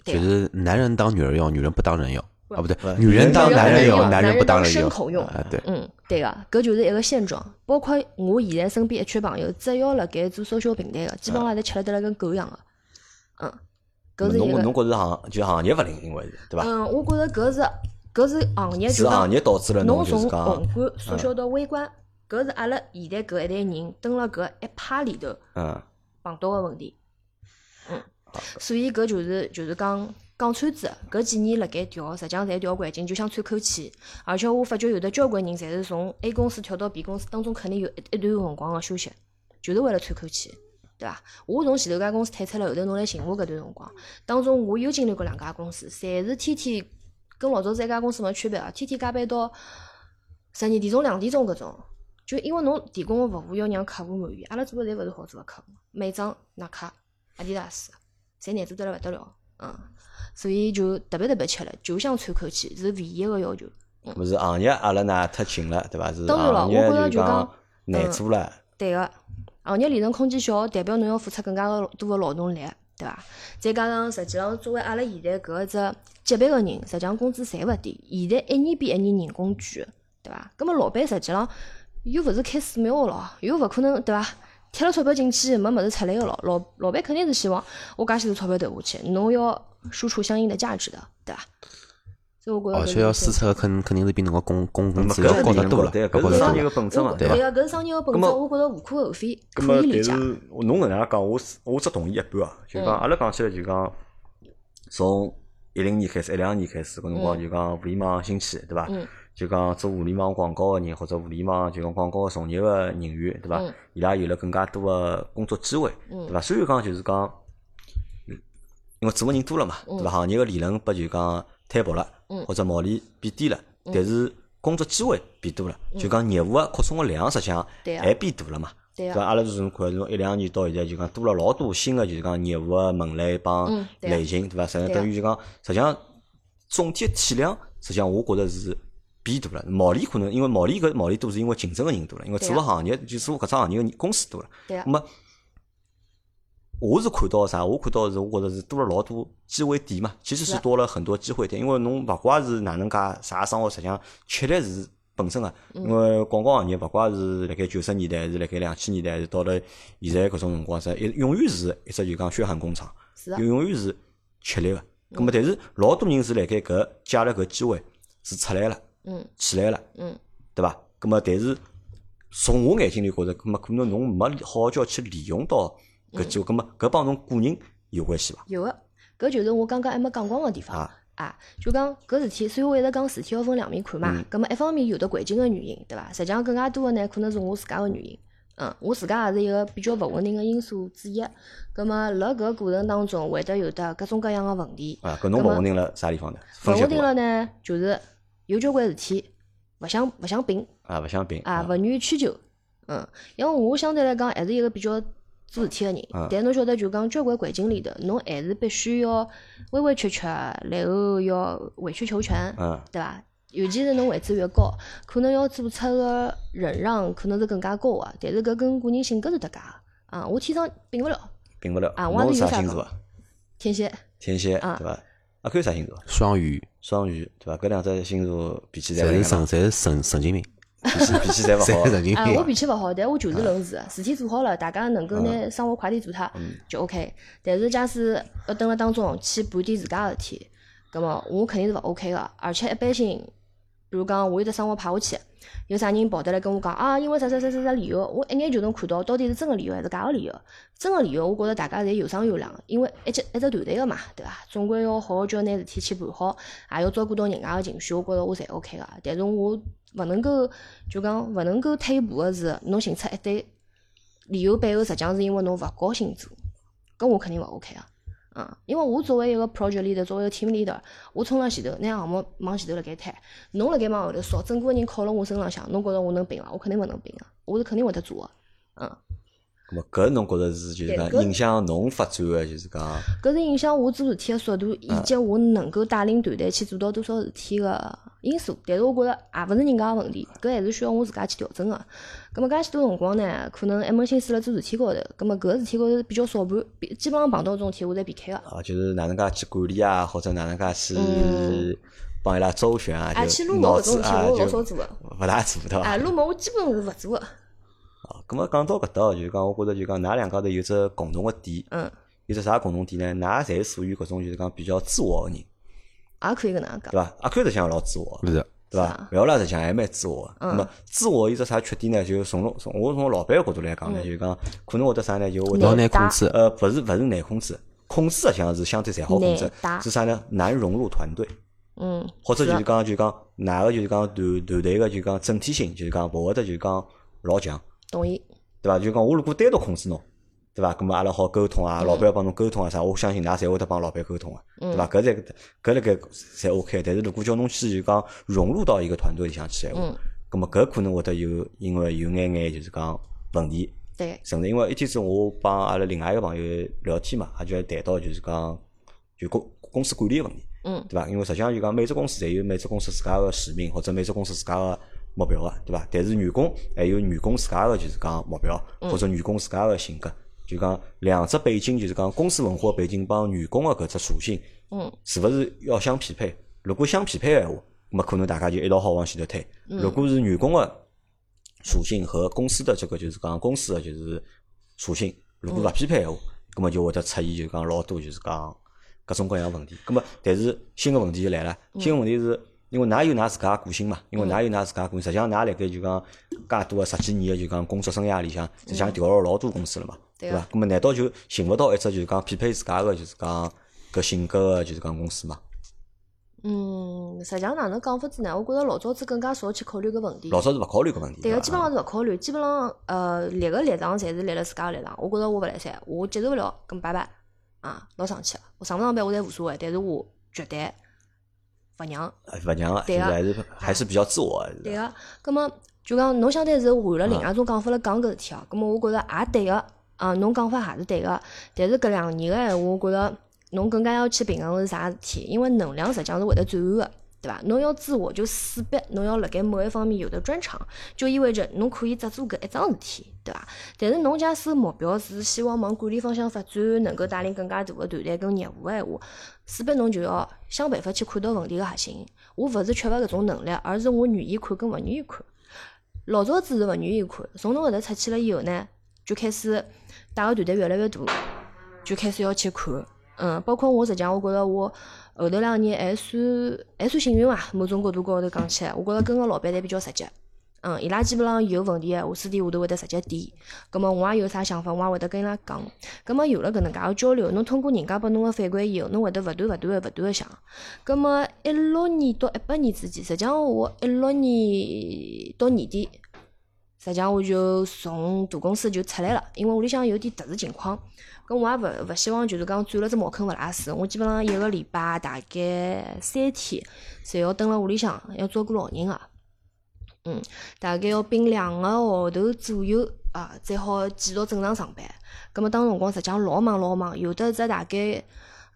C: 对
B: 就
C: 啊
B: 是男人当女人用，女人不当人用啊，不对，
A: 不
B: 女人当
A: 女人
B: 男
A: 当
B: 人
A: 人
B: 用，
A: 用
B: 男
C: 男
B: 人
C: 人
B: 不当
C: 当
B: 人
C: 牲
B: 用
C: 口用
B: 啊，对，
C: 嗯，对个，搿就是一个现状。包括我现在身边一圈朋友，只要辣盖做社交平台个，基本上侪吃力得来跟狗一样个。嗯，搿是一
A: 侬侬
C: 个。
A: 觉着行就是行业勿灵，因为是对伐？
C: 嗯，我觉着搿是搿是行业，
A: 是
C: 就讲
A: 行业导致了
C: 侬
A: 侬就
C: 从
A: 是
C: 宏
A: 讲嗯
C: 观，缩小到微观，搿是阿拉现在搿一代人蹲辣搿一派里头
A: 嗯，
C: 碰到个问题。嗯，所以搿就是就是讲讲穿子，搿几年辣盖调，实际上侪调环境，就想喘口气。而且我发觉有的交关人侪是从 A 公司跳到 B 公司，当中肯定有一一段辰光个休息，就是为了喘口气。对伐？我从前头家公司退出来，后头侬来寻我搿段辰光，当中我又经历过两家公司，侪是天天跟老早子一家公司没区别啊，天天加班到十二点钟、两点钟搿种。就因为侬提供个服务要让客户满意，阿拉做个侪勿是好做个客户，美妆、耐克、阿迪达斯，侪难做得来勿得了，嗯，所以就特别特别吃力，就想喘口气，是唯一个要求。
A: 勿是行业阿拉呢太紧了，对伐？是
C: 当然了
A: 行业
C: 我觉着就
A: 讲
C: 讲嗯
A: 难做了，
C: 对个，行业利润空间小，代表侬要付出更加个多个劳动力，对伐？再加上实际上作为阿拉现在搿一只级别个人，实际上工资侪勿低，现在一年比一年人工贵，对伐？葛末老板实际上又勿是开寺庙个咯，又勿可能对伐？贴了钞票进去没物事出来个咯，老老板肯定是希望我介许多钞票投下去，侬要输出相应的价值的，对伐？所以我觉着
B: 而
C: 搿
B: 哦且要
C: 是
B: 输出的肯肯定是比侬个工工工资
A: 搿
B: 要
A: 是
B: 高得
A: 肯定
B: 多
A: 的
B: 了，
A: 对
B: 要
A: 搿
B: 高
A: 是
B: 得多
A: 商业
B: 了
A: 个。本质嘛
C: 我
A: 对
C: 对
A: 吧
C: 个，搿是商业个本
A: 葛
C: 质，
A: 末
C: 我觉着无可厚非，
A: 咁
C: 可
A: 么，
C: 以理
A: 但
C: 解。
A: 是我侬搿能介讲，我是我只同意一半啊。就
C: 嗯
A: 讲阿拉讲起来就讲，从一零年开始，一两年开始，搿辰光就讲互联网兴起，对伐？
C: 嗯
A: 就讲做互联网广告个人或者互联网就讲广告从业个人员，对伐
C: 嗯？
A: 伊拉有了更加多个工作机会，
C: 嗯
A: 对伐？虽然讲就是讲，因为做个人多了嘛，对伐？行业个利润被就讲摊薄了
C: 嗯，
A: 或者毛利变低了，但是工作机会变多了，就讲业务个扩充个量实际上
C: 嗯对啊
A: 还变大了嘛。
C: 对
A: 对
C: 个
A: 伐？。阿拉是从看从一两年到现在，就讲多了老多新个，就是讲业务个门类帮
C: 嗯对啊
A: 类型，对伐？实际上
C: 对啊
A: 等于就讲，实际上总体的体量，实际上我觉着是变大了。毛利可能因为毛利搿毛利多是因为竞争个人多了，因为
C: 对啊
A: 做个行业就做搿只行业个公司多了。
C: 对啊
A: 那么我是看到啥？我看到是，我觉着是多了老多机会点嘛。其实
C: 是
A: 是
C: 啊
A: 多了很多机会点，因为侬勿怪是哪能介啥生活，实际上吃力是本身啊。因为广告行业勿怪是辣盖九十年代，还是辣盖两千年代，还是到了现在搿种辰光，是一永远是一只就讲血汗工厂，
C: 是啊
A: 永永远是吃力个。葛么，但是老多人是辣盖搿借了搿机会是出来了，
C: 嗯
A: 起来了。
C: 嗯，
A: 对伐？咁么，但是从我眼睛里觉着，咁么可能侬没好好叫去利用到搿
C: 嗯
A: 机会，咁么搿帮侬个人有关系伐？
C: 有个，搿就是我刚刚还没讲光个地方
A: 啊。
C: 啊，就讲搿事体，所以我一直讲事体要
A: 嗯
C: 分两面看嘛。葛末一方面有的环境个原因，对伐？实际上更加多个呢，可能是我自家个原因。嗯，我自家也是一个比较勿稳定个因素之一。葛么辣搿过程当中会得有得各种各样个问题。
A: 啊，搿侬勿稳定了啥地方呢？
C: 勿
A: 分析
C: 稳定
A: 过伐
C: 了呢，就是有交关事体勿想勿想并
A: 啊，勿想病
C: 啊，勿愿意迁就。嗯，因为我相对来讲还是一个比较做事体个人
A: 嗯，
C: 但侬晓得就讲交关环境里头，侬还是必须要委委屈屈，然后要委曲求全，
A: 嗯
C: 对伐？尤其是侬位置越高，可能要做出个忍让，可能是更加高个、但是搿跟个人性格是搭界个啊。我天生并勿了
A: 病勿了。
C: 啊我
A: 侬
C: 也是
A: 啥
C: 有啥
A: 星座
C: 讲
A: 啊？
C: 天蝎，
A: 天蝎
C: 啊
A: 对伐？阿 Q 啥星座？
B: 双鱼，
A: 双鱼对伐？搿两只星座脾气侪
B: 侪
A: 勿一
B: 是
A: 样
B: 神，
A: 嘛
B: 侪是神神经病，
A: 脾气 脾气侪
B: 侪是
A: 勿好。
B: 神经
C: 啊，
B: 病
C: 我。脾气勿好，但我就事论事，事体做好了，大家能够拿生活快点做脱就 OK。但是假使要蹲辣当中去盘点自家个事体，葛么我肯定是勿 OK 个，而且一般性，比如讲我有只生活派下去，有啥人跑得来跟我讲啊，因为啥啥啥啥啥理由，我一眼就能看到到底是真个理由还是假个理由。真个理由，我觉着大家侪有商有量的，因为一只一只团队个嘛，对伐？总归要好好叫拿事体去办好，也要照顾到人家个情绪，我觉着我侪 OK 个。但是我勿能够就讲勿能够退步个是，侬寻出一堆理由背后实际上是因为侬勿高兴做，搿我肯定勿 OK 啊。嗯，因为我作为一个 project leader，作为一个 team leader，我冲浪前头，拿项目往前头辣盖推，侬辣盖往后头烧，整个人靠辣我身浪向，侬觉着我能并伐？我肯定勿能并啊，我是肯定会得做个。嗯，
A: 咾么搿侬觉着是就是
C: 对
A: 讲
C: 搿
A: 影响侬发展个，就是讲
C: 搿是影响我做事体个速度，以及我能够带领团队去做到多少事体个因素。但是我觉着也勿是人家个问题，搿还是需要我自家去调整个。葛末介许多辰光呢，可能一门心思辣做事体高头，葛末搿事体高头比较少碰，比基本上碰到这种事体我侪避开个。
A: 啊，就是哪能介去管理啊，或者哪能介
C: 嗯
A: 去帮伊拉周旋啊，
C: 啊，
A: 就
C: 去撸毛
A: 脑
C: 搿种
A: 子
C: 事体
A: 啊，
C: 我
A: 就
C: 老少做个，
A: 勿大做对伐
C: 啊，？撸毛我基本是勿做个。
A: 啊，咁么讲到搿搭哦，就是讲我觉着就讲㑚两家头有只共同个点，
C: 嗯，
A: 有只啥共同点呢？㑚侪属于搿种就是讲比较自我个人，
C: 也可以搿能样讲。
A: 对伐？阿 Q 实际上老自我，
B: 是的，
A: 对
C: 是
A: 伐
C: 啊？嗯
A: 苗拉实际上还蛮自我的。那么自我有只啥缺点呢？就是从侬从我从老板个角度来讲呢，就是讲可能会得啥呢？就会
B: 要
A: 得
B: 难
C: 嗯难
B: 控
C: 打
B: 制，
A: 呃，不是不是难控制，控制实际上是相对侪好控制
C: 难打，
A: 是啥呢？难融入团队，
C: 嗯，
A: 或者
C: 是
A: 就是讲就是讲哪个就是讲团团队个就是讲整体性，就是讲勿会得就是讲老强。
C: 同意。
A: 对伐？就讲我如果单独控制侬，对伐？咁么阿拉好沟通啊，老板要帮侬沟通啊啥，我相信㑚侪会得帮老板沟通啊，对伐？
C: 嗯
A: 搿才搿辣盖侪 OK。但是如果叫侬去就讲融入到一个团队里向去闲话
C: 嗯，
A: 咁么搿可能会得有因为有眼眼就是讲问题。
C: 对，
A: 甚至因为一天子我帮阿拉另外一个朋友聊天嘛，也就谈到就是讲就公公司管理个问题，
C: 嗯
A: 对伐？因为实际上就讲每只公司侪有每只公司自家个使命或者每只公司自家个目标个，对伐？但是员工还有员工自家个就是讲目标
C: 嗯
A: 或者员工自家个性格，就讲两只背景就是讲公司文化背景帮员工个搿只属性
C: 嗯，
A: 是勿是要相匹配？如果相匹配个闲话，那么可能大家就一道好往前头推。
C: 嗯
A: 如果是员工个属性和公司的这个就是讲公司的就是属性，如
C: 嗯
A: 果勿匹配个闲话，那么就会得出现就是讲老多就是讲各种各样问题。那么但是新个问题就来了，
C: 嗯
A: 新个问题是。因为㑚有㑚自家个性嘛，因为㑚有㑚自家个性，实际上㑚辣盖就讲介多个十几年个就讲工作生涯里向，实际上调了老多公司了嘛，
C: 嗯对
A: 对伐
C: 啊？
A: 那么难道就寻勿到一只就是讲匹配自家个就是讲搿性格个就是讲公司嘛？
C: 嗯，实际上哪能讲法子呢？我觉着老早子更加少去考虑搿问题。
A: 老早是勿考虑搿问题，
C: 嗯
A: 啊
C: 对
A: 个，
C: 个，基本上是勿考虑，基本上呃，立个立场侪是立了自家个立场。我觉着我勿来三，我接受勿了，咁拜拜啊，老生气了。我上勿上班我侪无所谓，但是我绝对勿让。
A: 哎勿让啊，就
C: 对
A: 是还
C: 个
A: 是还是比较自我的，
C: 对啊
A: 个，
C: 个，咁么就讲侬相对是换了另外一种讲法来讲搿事体哦。咁么我觉着也对个，啊，侬讲法也是对个，但是搿两年个闲话，我觉着侬更加要去平衡是啥事体，因为能量实际上是会得转换个。对伐？侬要自我就势必侬要辣盖某一方面有的专长，就意味着侬可以只做搿一桩事体，对伐？但是侬假使目标是希望往管理方向发展，能够带领更加大个团队跟业务个闲话，势必侬就要想办法去看到问题个核心。我勿是缺乏搿种能力，而是我愿意看跟勿愿意看。老早子是勿愿意看，从侬搿搭出去了以后呢，就开始带个团队越来越大，就开始要去看。嗯，包括我实际上，我觉着我后头两年还算还算幸运伐，某种角度高头讲起来，我觉着跟个老板侪比较直接。嗯，伊拉基本上有问题，我私底下头会得直接点。葛么我也有啥想法，我也会得跟伊拉讲。葛么有了搿能介个交流，侬通过人家拨侬个反馈以后，侬会得勿断勿断个勿断个想。葛么一六年到一八年之间，实际上我一六年到年底，实际上我就从大公司就出来了，因为屋里向有点特殊情况，咁我也勿勿希望就是讲钻了只茅坑勿拉屎。我基本上一个礼拜大概三天，侪要蹲辣屋里向，要照顾老人个、嗯，大概要并两个号头左右啊，才好继续正常上班。咁么当辰光实际上老忙老忙，有的只大概。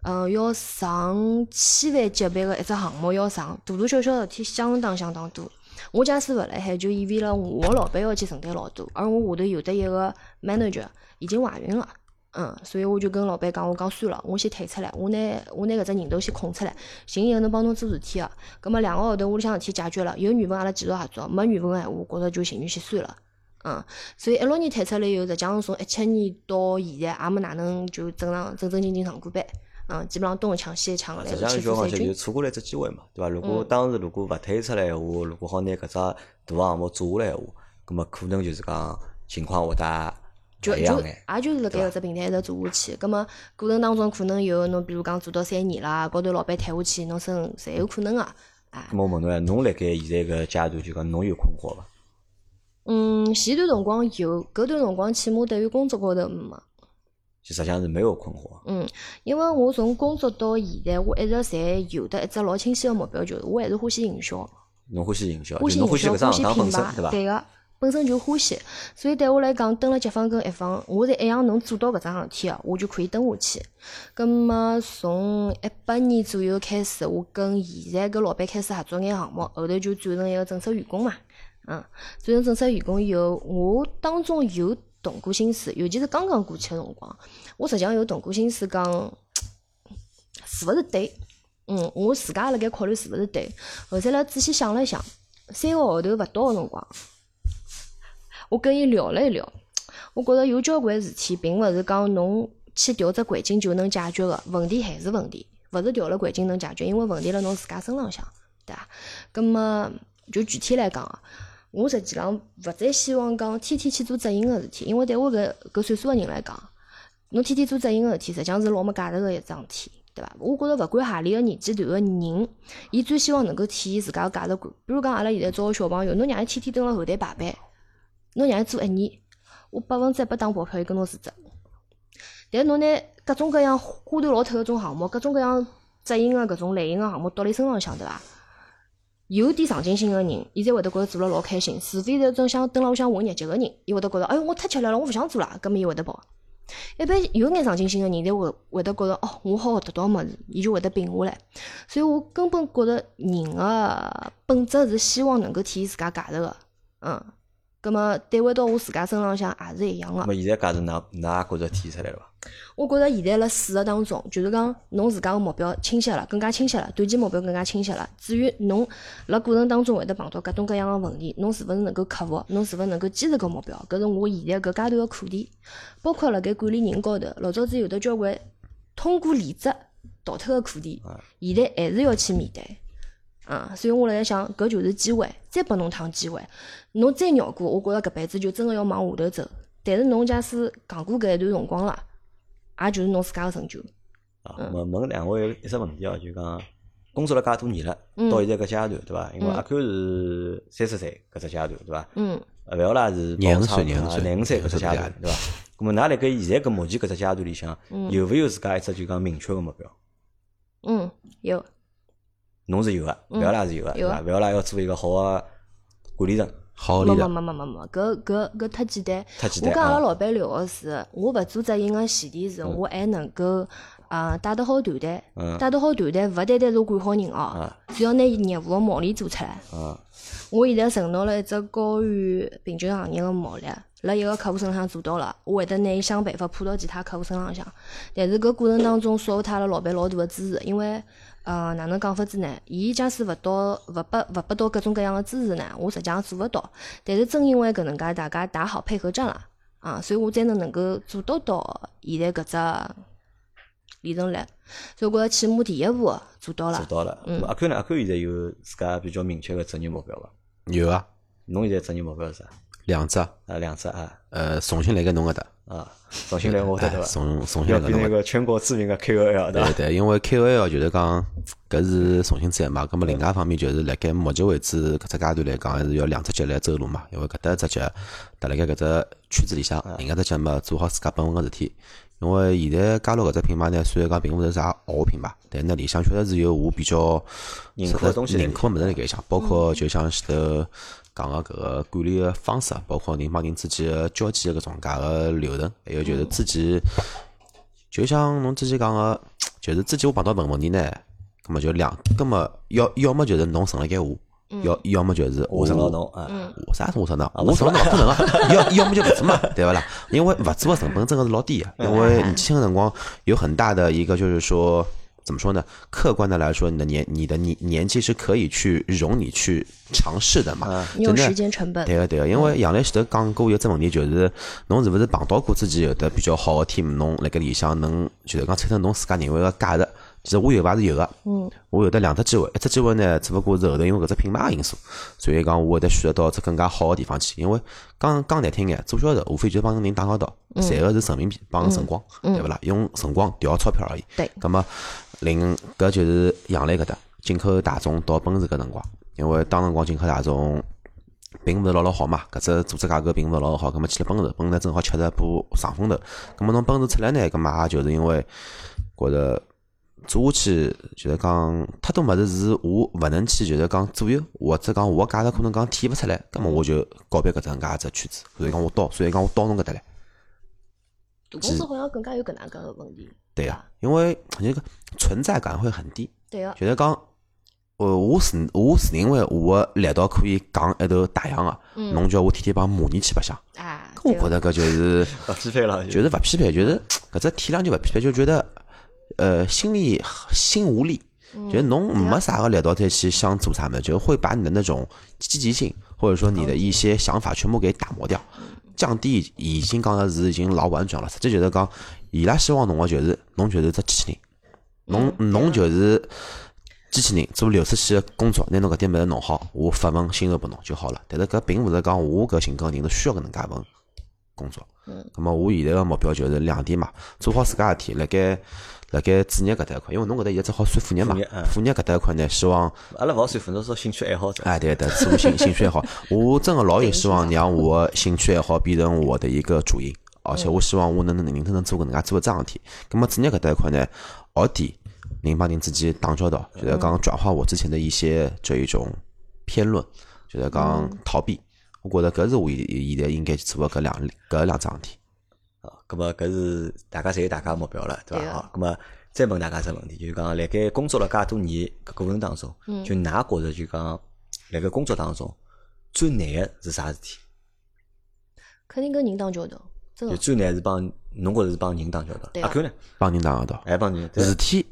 C: 嗯，要上千万级别个一只项目要上，大大小小事体相当相当多。我假使勿辣海，就意味着我的老板要去承担老多，而我下头有得一个 manager 已经怀孕了，嗯，所以我就跟老板讲，我讲算了，我先退出来，我拿我拿搿只人头先空出来，寻一个能帮侬做事体个。葛末两个号头屋里向事体解决了，有缘分阿拉继续合作，没缘分个闲话，我觉着就情愿先算了。嗯，所以一六年退出来以后，实际上从一七年到现在，也没哪能就正常正正经经上过班。嗯，基本上东一腔西一腔个来
A: 啊实际
C: 个
A: 上就
C: 去
A: 讲
C: 做三
A: 起来就
C: 军。
A: 错过了一只机会嘛，对伐？如
C: 嗯
A: 果当时如果勿退出来闲话，如果好拿搿只大项目做下来闲话，葛么可能就是讲情况会得
C: 就
A: 勿一
C: 就啊
A: 样眼。
C: 也就是辣盖搿只平台一直做下去，葛末过程当中可能有侬比如讲做到三年啦，高头老板退下去，侬升侪有可能个、哎
A: 葛，么我问侬呀，侬辣盖现在搿阶段就讲侬有困惑伐？
C: 嗯，前段辰光有，搿段辰光起码对于工作高头没，
A: 就实际上是没有困惑。
C: 嗯，因为我从工作到现在，我一直侪有得一只老清晰个目标，就是我还是欢喜营销，
A: 侬欢喜营销，
C: 欢
A: 就
C: 喜
A: 侬
C: 营
A: 欢喜
C: 销，
A: 搿只行
C: 欢喜
A: 当
C: 品
A: 本身，
C: 牌
A: 对，伐？
C: 对个，本身就欢喜，所以对我来讲，蹲辣甲方跟乙方，我侪一样能做到搿桩事体个，我就可以蹲下去。葛么从一八年左右开始，我跟现在搿老板开始合作眼项目，后头就转成一个正式员工嘛，嗯，转成正式员工以后，我当中有动过心思，尤其是刚刚过去个辰光，我实际上有动过心思讲。是勿是对？嗯，我自家也辣盖考虑是勿是对。后头来仔细想了想，三个号头勿到个辰光，我跟伊聊了一聊，我觉着有交关事体，并勿是讲侬去调只环境就能解决个，问题还是问题，勿是调了环境能解决，因为问题辣侬自家身浪向，对伐？葛么就具体来讲啊。我实际上勿再希望讲天天去做执行个事体，因为对我搿搿岁数个人来讲，侬天天做执行个事体，实际上是老没价值个一桩事体，对伐？我觉着勿管何里个年纪段个人，伊最希望能够体现自家个价值观。比如讲，阿拉现在招个小朋友，侬让伊天天蹲辣后台排班，侬让伊做一年，我百分之一百打保票，伊跟侬辞职。但侬拿各种各样花头老头搿种项目，各种各样执行个搿种类型个项目到伊身浪向，对伐？有点上进心个人，伊才会得觉着做了老开心。除非是种想蹲辣屋里向混日脚个人，伊会得觉着，哎哟，我太吃力了，我勿想做了，搿么伊会得跑。一般有眼上进心个人，侪会会得觉着哦，我好学得到物事，伊就会得摒下来。所以我根本觉着人个本质是希望能够体现自家价值个，嗯。葛么对回到我自家身浪向也是一样个
A: 那。么现在价值㑚㑚觉着体现出来了伐？
C: 我觉着现在辣试个当中，就是讲侬自家个目标清晰了，更加清晰了，短期目标更加清晰了。至于侬辣过程当中会得碰到各种各样个问题，侬是勿是能够克服，侬是勿是能够坚持搿目标，搿是我现在搿阶段个课题。包括辣盖管理人高头，老早子有得交关通过离职逃脱个课题，现在还是要去面对。啊，所以我辣盖想，搿就是机会，再拨侬趟机会，侬再绕过，我觉着搿辈子就真个要往下头走。但是侬假使扛过搿一段辰光了，也就是侬自家个成就。
A: 啊，
C: 嗯
A: 我问两位一只问题哦，就讲工作了介多年了，
C: 嗯
A: 到现在搿阶段对伐？因为阿 Q 是三十岁搿只阶段对伐？
C: 嗯，
A: 呃，勿要啦是
B: 廿五
A: 包
B: 岁
A: 厂
B: 廿五
A: 啊
B: 岁
A: 廿五岁搿只阶
B: 廿五
A: 段
B: 岁
A: 对伐？咁么，㑚辣盖现在搿目前搿只阶段里向，有勿有自家一只就讲明确个目标？
C: 嗯，有，
A: 侬是有个，勿要啦是有个，对
C: 有
A: 伐？
C: 啊
A: 勿要啦要做一个好个管理层，
B: 好
C: 没
B: 理
C: 没
B: 的，
C: 没没没没，搿搿搿太简单。
A: 太简单
C: 我跟阿拉
A: 啊！
C: 老板聊个是，我勿做执行个前提是我还能够啊带得好团队，
A: 嗯
C: 带得好团队勿单单是管好人哦，只要拿业务个毛利做出来。
A: 啊，
C: 我现在承诺了一只高于平均行业个毛利，辣一个客户身上做到了，我会得拿伊想办法铺到其他客户身上向。但是搿过程当中，少他阿拉老板老大个支持，因为呃哪能讲法子呢？伊假使勿到勿拨勿拨到各种各样个支持呢，我实际上做勿到。但是正因为搿能介，大家打好配合战了啊，所以我才能能够做得到现在搿只里程来。所以我觉着起码第一步做到
A: 做
C: 了。
A: 到了。咁阿 Q 呢？阿 Q 现在有自家比较明确个职业目标伐？
B: 有啊，
A: 侬现在职业目标是啥？
B: 两只，
A: 啊，两只啊
B: 呃，重新来个侬搿搭，
A: 啊，重新来我搿搭对
B: 哎
A: 伐？
B: 重重新
A: 要
B: 来个哦
A: 比
B: 侬
A: 那
B: 搿搭。
A: 个全国知名的 KOL 对伐
B: 对？对，因为 KOL 就是讲搿是重新再嘛，葛末另外一方面就是辣盖目前为止搿只阶段来讲，还是要两只脚来走路嘛，因为搿搭一只脚踏辣盖搿只圈子里向，
A: 嗯
B: 另外一只脚嘛做好自家本分个事体。因为现在嘉乐搿只品牌呢，虽然讲并勿是啥好品牌，但呢里向确实是有我比较
A: 认可的东嗯西在里
B: 认可个物事辣盖里向，包括就像前头讲个搿个管理个方式，啊包括人帮人之间个交际个搿种介个流程，还有就是之前。就像侬之前讲个，就是之前我碰到问问题呢，葛么就两，葛么要要么就是侬成了该我，要要么就是
A: 我成
B: 成
A: 了侬啊，
B: 我啥是我承呢？我承侬不能啊，要要么就不做嘛，对不啦？因为不做的成本真的是老低啊，因为你轻的辰光有很大的一个就是说。怎么说呢？客观的来说，你的年你的年年纪是可以去容你去尝试的
A: 啊
B: 嘛。
C: 你有
B: 真的嗯
C: 时间成本，
B: 对个对个，因为杨澜前头讲过有只问题，就是侬是勿是碰到过自己有的比较好个 team，侬辣盖里向能就是讲产生侬自家认为个价值。其实我有伐是有个，嗯，我有得两只机会，一只机会呢，只不过是后头因为搿只品牌个因素，所以讲我会得选择到只更加好个地方去。因为讲讲难听眼，做销售无非就是帮人打交道，赚个是人民币，帮辰光，对勿啦？用辰光调钞票而已。
C: 对
B: 咁么，另搿就是杨澜搿搭进口大众到奔驰搿辰光，因为当辰光进口大众并勿是老老好嘛，搿只组织架构并勿是老老好，葛末去了奔驰，奔驰正好吃着一波上风头。葛末侬奔驰出来呢，葛末也就是因为觉着做下去就是讲太多物事是我勿能去就是讲左右，或者讲我个价值可能讲体现勿出来，葛末我就告别搿只能介一只圈子，所以讲我到，所以讲我到侬搿搭来。
C: 大公司好像更加有搿能介个问题。
B: 对呀、因为 这个存在感会很低。
C: 对啊个，
B: 就是讲，呃，我是我是认为我的力道可以讲一头大洋个、啊侬叫我天天帮蚂蚁去白相，
C: 哎，
B: 搿我觉
C: 嗯对个
B: 得搿就是
A: 啊，匹配了，
B: 就是勿匹配，就是搿只体量就勿匹配，就觉得呃心里心无力，
C: 嗯
B: 就是侬没啥个力道再去想做啥么，就会把你的那种积极性或者说你的一些想法全部给打磨掉，降低已经讲的是已经老婉转了，实际就是讲伊拉希望侬个就是侬就是只机器人。侬侬就是机器人做流水线的工作，拿侬搿点物事弄好，我发份薪酬拨侬就好了。但是搿并勿是讲我搿性格人是需要搿能介份工作。嗯。咁么我现在个目标就是两点嘛，做好自家事体，辣盖辣盖主业搿搭一块，因为侬搿搭现在只好算副业嘛
A: 副业嗯，
B: 副业搿搭一块呢，希望
A: 阿拉勿好算，反正说兴趣爱好者，
B: 哎，对对，是我兴兴趣爱好。我真的老有希望让我的兴趣爱好变成我的一个主营，而且我希望我能能能能做搿能介做搿桩事体。葛么职业搿搭一块呢，学点人帮人之间打交道，就是讲转化我之前的一些这一种偏论，就是讲逃避。我觉得搿是我现现在应该去做的搿两搿两桩事体。
A: 啊，咁么搿是大家侪有大家目标了，对
C: 对
A: 伐？
C: 啊
A: 好，咁么再问大家一只问题，就是讲辣盖工作了介多年搿过程当中，
C: 嗯
A: 就㑚觉着就讲辣盖工作当中最难个是啥事体？
C: 肯定跟人打交道，真
A: 就
C: 个。
A: 最难是帮侬觉着是帮人打交道，
C: 嗯对
A: 阿
C: 啊
A: Q 呢？
B: 帮人打交道，
A: 还帮人，哎对
B: 事体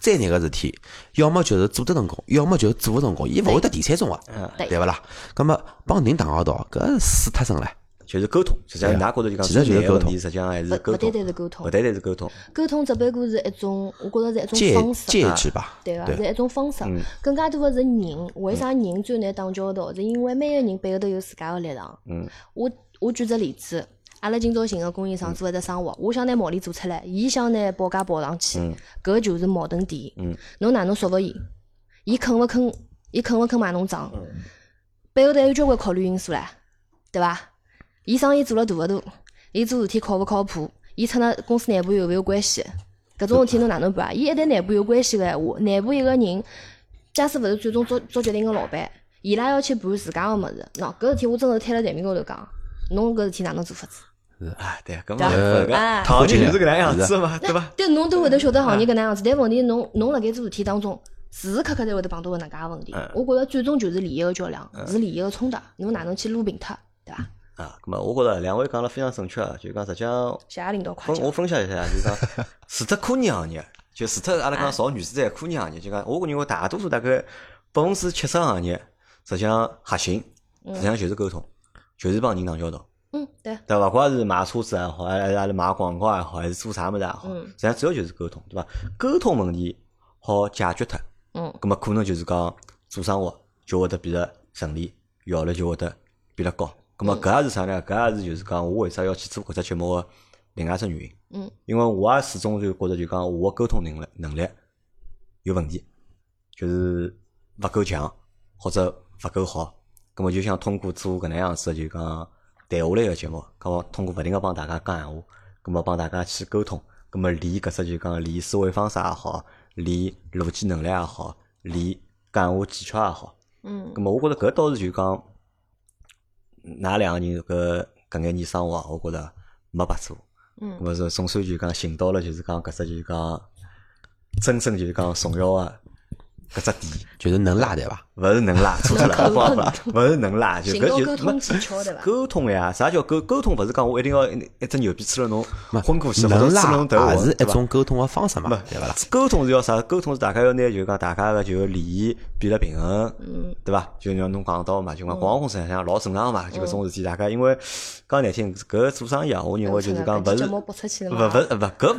B: 再难个事体，要么就是做得成功，要么就是做勿成功，伊勿会得第三种啊，
A: 嗯
C: 对
B: 对勿啦？葛么帮人打交道，搿死太深了。
A: 就是沟通。实际上，
B: 对啊
A: 㑚觉着就讲
B: 其实
A: 最
B: 就是
A: 难个
B: 沟
A: 问
B: 通
A: 题，实际上还是
C: 不
A: 沟
C: 不
A: 通
C: 单，单是沟通
A: 勿，单单是沟通，
C: 沟通只不过是一种，我觉着是一
B: 介
C: 种方式啊
B: 介，质吧，
C: 对个，
B: 对
C: 是一种方式。更加多的是人，为啥人最难打交道？是因为每个人背后头有自家的立场。
A: 嗯，
C: 我我举只例子，阿拉今朝寻个供应商做一只生活，我想拿毛利做出来，伊想拿报价报上去，搿就是矛盾点。侬哪能说服伊？伊肯勿肯？伊肯勿肯买侬账？背后头还有交关考虑因素唻，对伐？伊生意做了大勿大？伊做事体靠勿靠谱？伊出纳公司内部有勿有关系？搿种事体侬哪能办啊？伊一旦内部有关系个闲话，内部一个人假使勿是最终做做决定个老板，伊拉要去盘自家个物事，喏，搿事体我真是摊辣台面高头讲，侬搿事体哪能做法子？
A: 啊，对，搿
C: 对
A: 么
C: 哎
A: 躺进去
B: 是
A: 是搿能样
B: 是啊
A: 子嘛，对伐？
C: 对，侬都会得晓得行业搿能样子，但问题侬侬辣盖做事体当中，时时刻刻侪会得碰到搿能介个问题。
A: 嗯
C: 我觉着最终就是利益个较量，是利益个冲突，侬哪能去撸平它，对伐？
A: 啊，咁么我觉着两位讲了非常正确啊，就讲实际上
C: 谢谢领导夸
A: 分我
C: 奖。
A: 分享一下，就是 讲除脱科研行业，就除脱阿拉
C: 哎
A: 讲造原子弹科研行业，就讲我认为大多数大概百分之七十行业，实际上核心实际上就是沟通，就是帮人打交道。
C: 嗯，对，
A: 对伐？勿管是买车子也好，还是还是买广告也好，还是做啥物事也好，
C: 嗯
A: 实际上主要就是沟通，对伐？沟通问题好解决脱，
C: 嗯
A: 葛末可能就是讲做生活就会得变得顺利，效率就会得变得高，咁么搿也是啥呢？搿也是就是讲我为啥要去做搿只节目个另外一只原因。
C: 嗯，
A: 因为我也始终就觉着就讲我个沟通能力能力有问题，就是勿够强或者勿够好。咁么就想通过做搿能样子的就讲谈话类个节目，咁么通过勿停个帮大家讲闲话，咁么帮大家去沟通，咁么练搿只就讲练思维方式也好，练逻辑能力也好，练讲话技巧也好。
C: 嗯
A: 咁么我觉着搿倒是就讲，㑚两个人搿搿眼年生活啊，我觉着没白做。
C: 嗯
A: 咁么是总算就讲寻到了，就是讲搿只就是讲真正就是讲重要个搿只点，
B: 就是能拉对伐？
A: 勿是能拉错脱 了，不不不，勿是能拉，就
C: 寻
A: 搿
C: 到
A: 就
C: 沟
A: 没
C: 通技巧对伐？
A: 沟通呀，啥叫沟沟通？勿是讲我一定要一一只牛逼吹了侬
B: 没
A: 昏过去，或者
B: 能
A: 吹了侬头
B: 拉也啊
A: 昏，
B: 是
A: 对
B: 一
A: 伐
B: 种沟通个方式嘛，对伐啦？
A: 沟通是要啥？沟通是大家要拿就是讲大家个就利益变了平衡，
C: 嗯
A: 对伐？就像侬讲到嘛，就讲广告公司像老正常嘛，就搿种事体，大家因为讲难听，搿做生意啊，我认为就是讲勿
C: 搿期
A: 是
C: 节目播出去了
A: 勿
C: 嘛嗯
A: 勿勿搿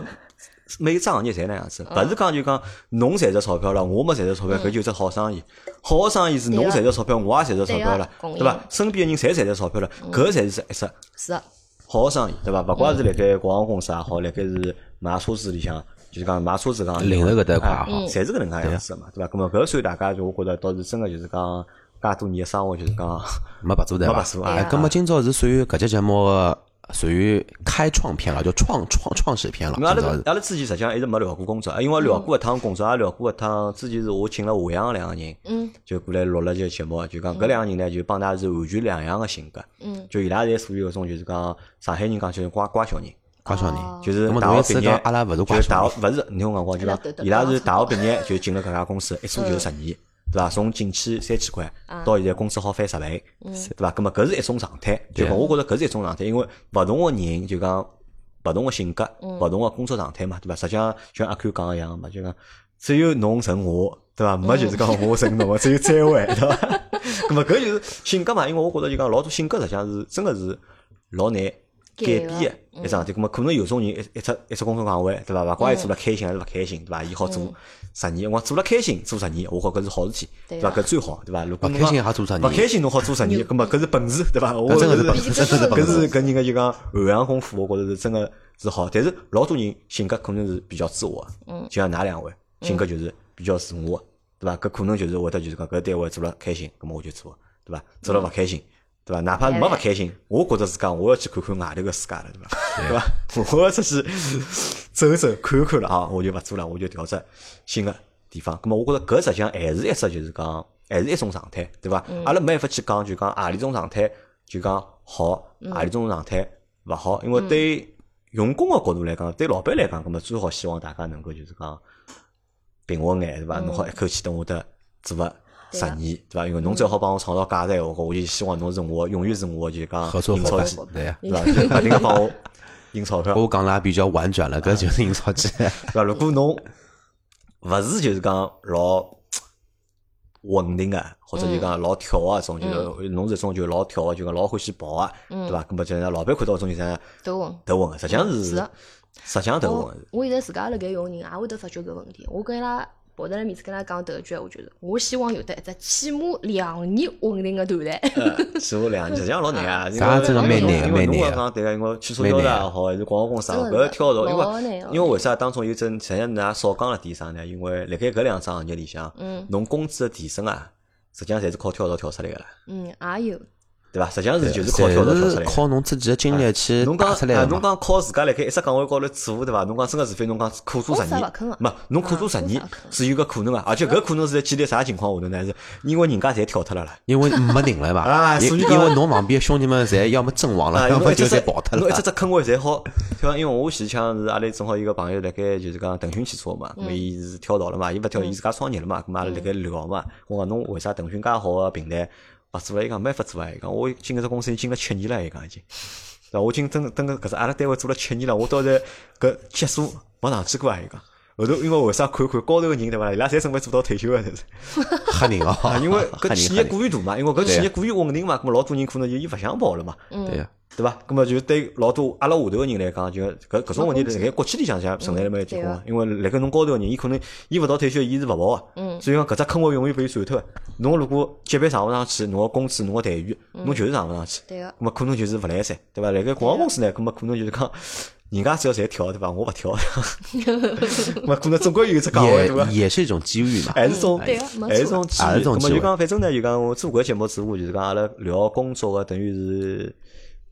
A: 每个行业侪那样子，勿是讲就讲侬赚着钞票了，我没赚着钞票，搿就是好生意。好个生意是
C: 对
A: 侬
C: 个
A: 赚着钞票，我也赚着钞票
C: 对个啊
A: 了，
C: 共
A: 对伐
C: 赢？嗯
A: 身边个人侪赚着钞票了，搿才是一只
C: 是的，
A: 好个生意，
B: 嗯
A: 对伐？勿怪是辣盖广告公司也好，辣盖是买车子里向，就是讲买车子讲
B: 零售搿搭一块也
A: 啊
B: 好，
A: 侪是搿能介样子的
B: 啊
A: 嘛，对伐？咁么搿算大家就我觉着倒是真个就是讲，介多年的生活就是讲
B: 没白做对
A: 没
B: 伐？
A: 白做啊
B: 哎，
C: 对啊
B: 葛末今朝是属于搿节节目个属于开创篇了，叫创创创始篇了。
A: 因为阿
B: 今
A: 拉
B: 朝是嗯
A: 阿拉之前实际上一直没聊过工作，因为聊过一趟工作，也聊过一趟。之前是我请了华阳两个人，
C: 嗯
A: 就过来录了这个节目，就
B: 嗯
A: 讲搿两个人呢，就帮㑚是完全两样个性格，
C: 嗯，
A: 就伊拉侪属于搿种就是讲上海人讲就是乖乖小人，
B: 瓜小人，
C: 哦
A: 就是
B: 那么
A: 大
B: 侬意
A: 学
B: 思
A: 毕业
B: 讲，阿拉勿是
A: 就
B: 怪
A: 是大
B: 小
A: 学勿是，你听我讲光，就
C: 阿拉都
A: 讲伊拉是大学毕业就进了搿家公司，一做就是十年，对伐？从进去三千块，到现在工资好翻十倍，对伐？葛末搿是一种常态，就讲我觉着搿是一种常态，因为勿同个人就讲勿同个性格，勿同个工作状态嘛，对伐？实际上就像阿 Q 讲个一样嘛，就讲只有侬成我，对伐？没就是讲我成侬，只有再会，对伐？葛末搿就是性格嘛，因为我觉着就讲老多性格实际上是真个是老难。改
C: 改
A: 变
C: 的
A: 的一桩事体，咁么可能有种人一一只一只工作岗位，对伐？勿怪伊做了开心还是勿开心，对伐？伊好
C: 嗯
A: 做十年，我讲做了开心，做十年，我觉搿是好事体，对
C: 对
A: 伐？
C: 啊
A: 搿最好，对伐？如果
B: 勿
A: 侬
B: 开心
A: 讲
B: 还做十
A: 勿
B: 年
A: 开心侬好做十年，咁么搿是本事，对伐？我
B: 搿真的是
A: 觉
B: 本
A: 着
B: 事，真的是本
A: 搿
B: 事。
A: 是搿人家就讲涵养功夫，我觉着是真个是好，但是老多人性格可能是比较自我的，
C: 嗯
A: 就像㑚两位性格就是比较自我的，对伐？搿可能就是会得就是讲搿单位做了开心，咁么我就做，对伐？做了勿开心。对伐？哪怕没勿开心，我觉着自家我要去看看外头个世界了，对伐？对伐？ 我要出去走走看看了啊，我就勿做了，我就调只新个地方。咁么，我觉着搿实际上还是一只就是讲，还是一种状态，对伐？阿拉没办法去讲，就讲何里种状态就讲好，何里种状态勿好，因为对用工个角度来讲，对老板来讲，咁么最好希望大家能够就是讲平稳眼，对伐？侬好一口气等我得做个十年，对伐？因为侬最好帮我创造价值，我我就希望侬是我永远是我就是讲
B: 合作
A: 印
B: 伙
A: 钞
B: 伴
A: 机，
B: 对呀。
A: 对伐？就勿停个帮我 印钞票。
B: 我讲了也比较婉转
A: 啊
B: 了，搿就是印钞机。
A: 对伐？如果侬勿是就是讲老稳定个，或者就讲老跳个种，就是侬是一种就老跳个，啊就讲老欢喜跑个，对伐？搿么就是老板看到种就是
C: 都问。
A: 头昏个，实际上是
C: 是的
A: 实际上头
C: 我
A: 昏
C: 哦我现在自家辣盖用人，也啊会得发觉搿问题。我跟伊拉跑得来面子跟伊拉讲头一句，我就是我希望有得一只起码两年稳定的团 队。
A: 个，是我两年，实际上老难啊。
B: 啥
A: 因为
B: 真
C: 的蛮
B: 难
A: 因为
B: 蛮
A: 侬
B: 难
A: 要
B: 啊
A: 讲对个，因为汽车销售也好，还是广告公司也好，搿个跳槽，因
C: 老难
A: 为
C: 了
A: 因为为啥当中有真，实际上㑚少讲了点啥呢？因为辣盖搿两只行业里向，侬工资的提升啊，实际上侪是靠跳槽跳出来个啦，
C: 嗯，也有。
A: 对伐？实际上是 就是靠
B: 侪
A: 跳槽跳出
B: 是
A: 来的。
B: 靠侬自己的经历去
A: 侬讲
B: 打出来
A: 啊，
B: 的
A: 侬
B: 嘛。
A: 讲靠自家辣盖一只岗位高头做，对伐？侬讲真个，除非侬讲苦做十
C: 公司也
A: 年
C: 勿肯啊，
A: 没侬苦做十
C: 啊
A: 年
C: 公司也勿肯
A: 是有个可能个，而且搿可能是在建立啥情况下头呢？是因为人家侪跳脱了啦，
B: 因为没人了嘛
A: 啊，
B: 因
A: 所以
B: 因
A: 讲
B: 为侬旁边兄弟们侪要么阵亡
A: 啊，
B: 了，
A: 因
B: 要
A: 为
B: 么
A: 一
B: 就
A: 只
B: 侪跑脱
A: 因为
B: 了
A: 一只。坑位侪好，对伐？因为我前腔是阿拉正好有个朋友辣盖就是讲腾讯汽车嘛，咾么伊是跳槽了嘛，伊勿跳，伊自家创业了嘛，咾么阿拉辣盖聊嘛，我讲侬为啥腾讯介好个平台勿做了？伊讲没法做啊，伊讲我进搿只公司已经进了七年了，伊讲已经。对伐？我今等等搿只阿拉单位做了七年了，我到现在搿级数没上去过啊！伊讲后头因为为啥看看高头个人对伐啦？伊拉侪准备做到退休个，就是
B: 吓人哦
A: 啊，因为
B: 吓
A: 搿
B: 人
A: 企
B: 吓
A: 业
B: 人
A: 过于大嘛，因为搿
B: 对
A: 企
B: 呀
A: 业过于稳定嘛，搿么老多人可能就伊勿想跑了嘛，
B: 对呀，
A: 对伐？咁么啊就对老多阿拉下头个人来讲，就搿搿种问题
C: 没
A: 辣
C: 公
A: 盖国企里向向存在了蛮结棍
C: 对啊
A: 个
C: 个，
A: 因为辣盖侬高头个人，伊可能伊勿到退休，伊是勿跑个，
C: 嗯
A: 所以讲搿只坑位永远被伊占脱个。侬如果级别上勿上去，侬个工资、侬个待遇，侬就是上勿上去。
C: 嗯对个，啊
A: 咁么可能就是勿来三，对伐？辣盖广告公司呢，咁么可能就是讲，人家只要侪跳，对伐？我勿 跳，咁么可能总归有一只岗位，对伐？
B: 也也是一种机遇嘛。哎
A: 还是种，
C: 对啊个没
A: 还是
C: 错
A: 种机
B: 还是
A: 遇。
B: 种
A: 咁么
B: 机
A: 就
B: 会
A: 讲，反正呢，就讲我做搿节目之后，就是讲阿拉聊工作个，等于是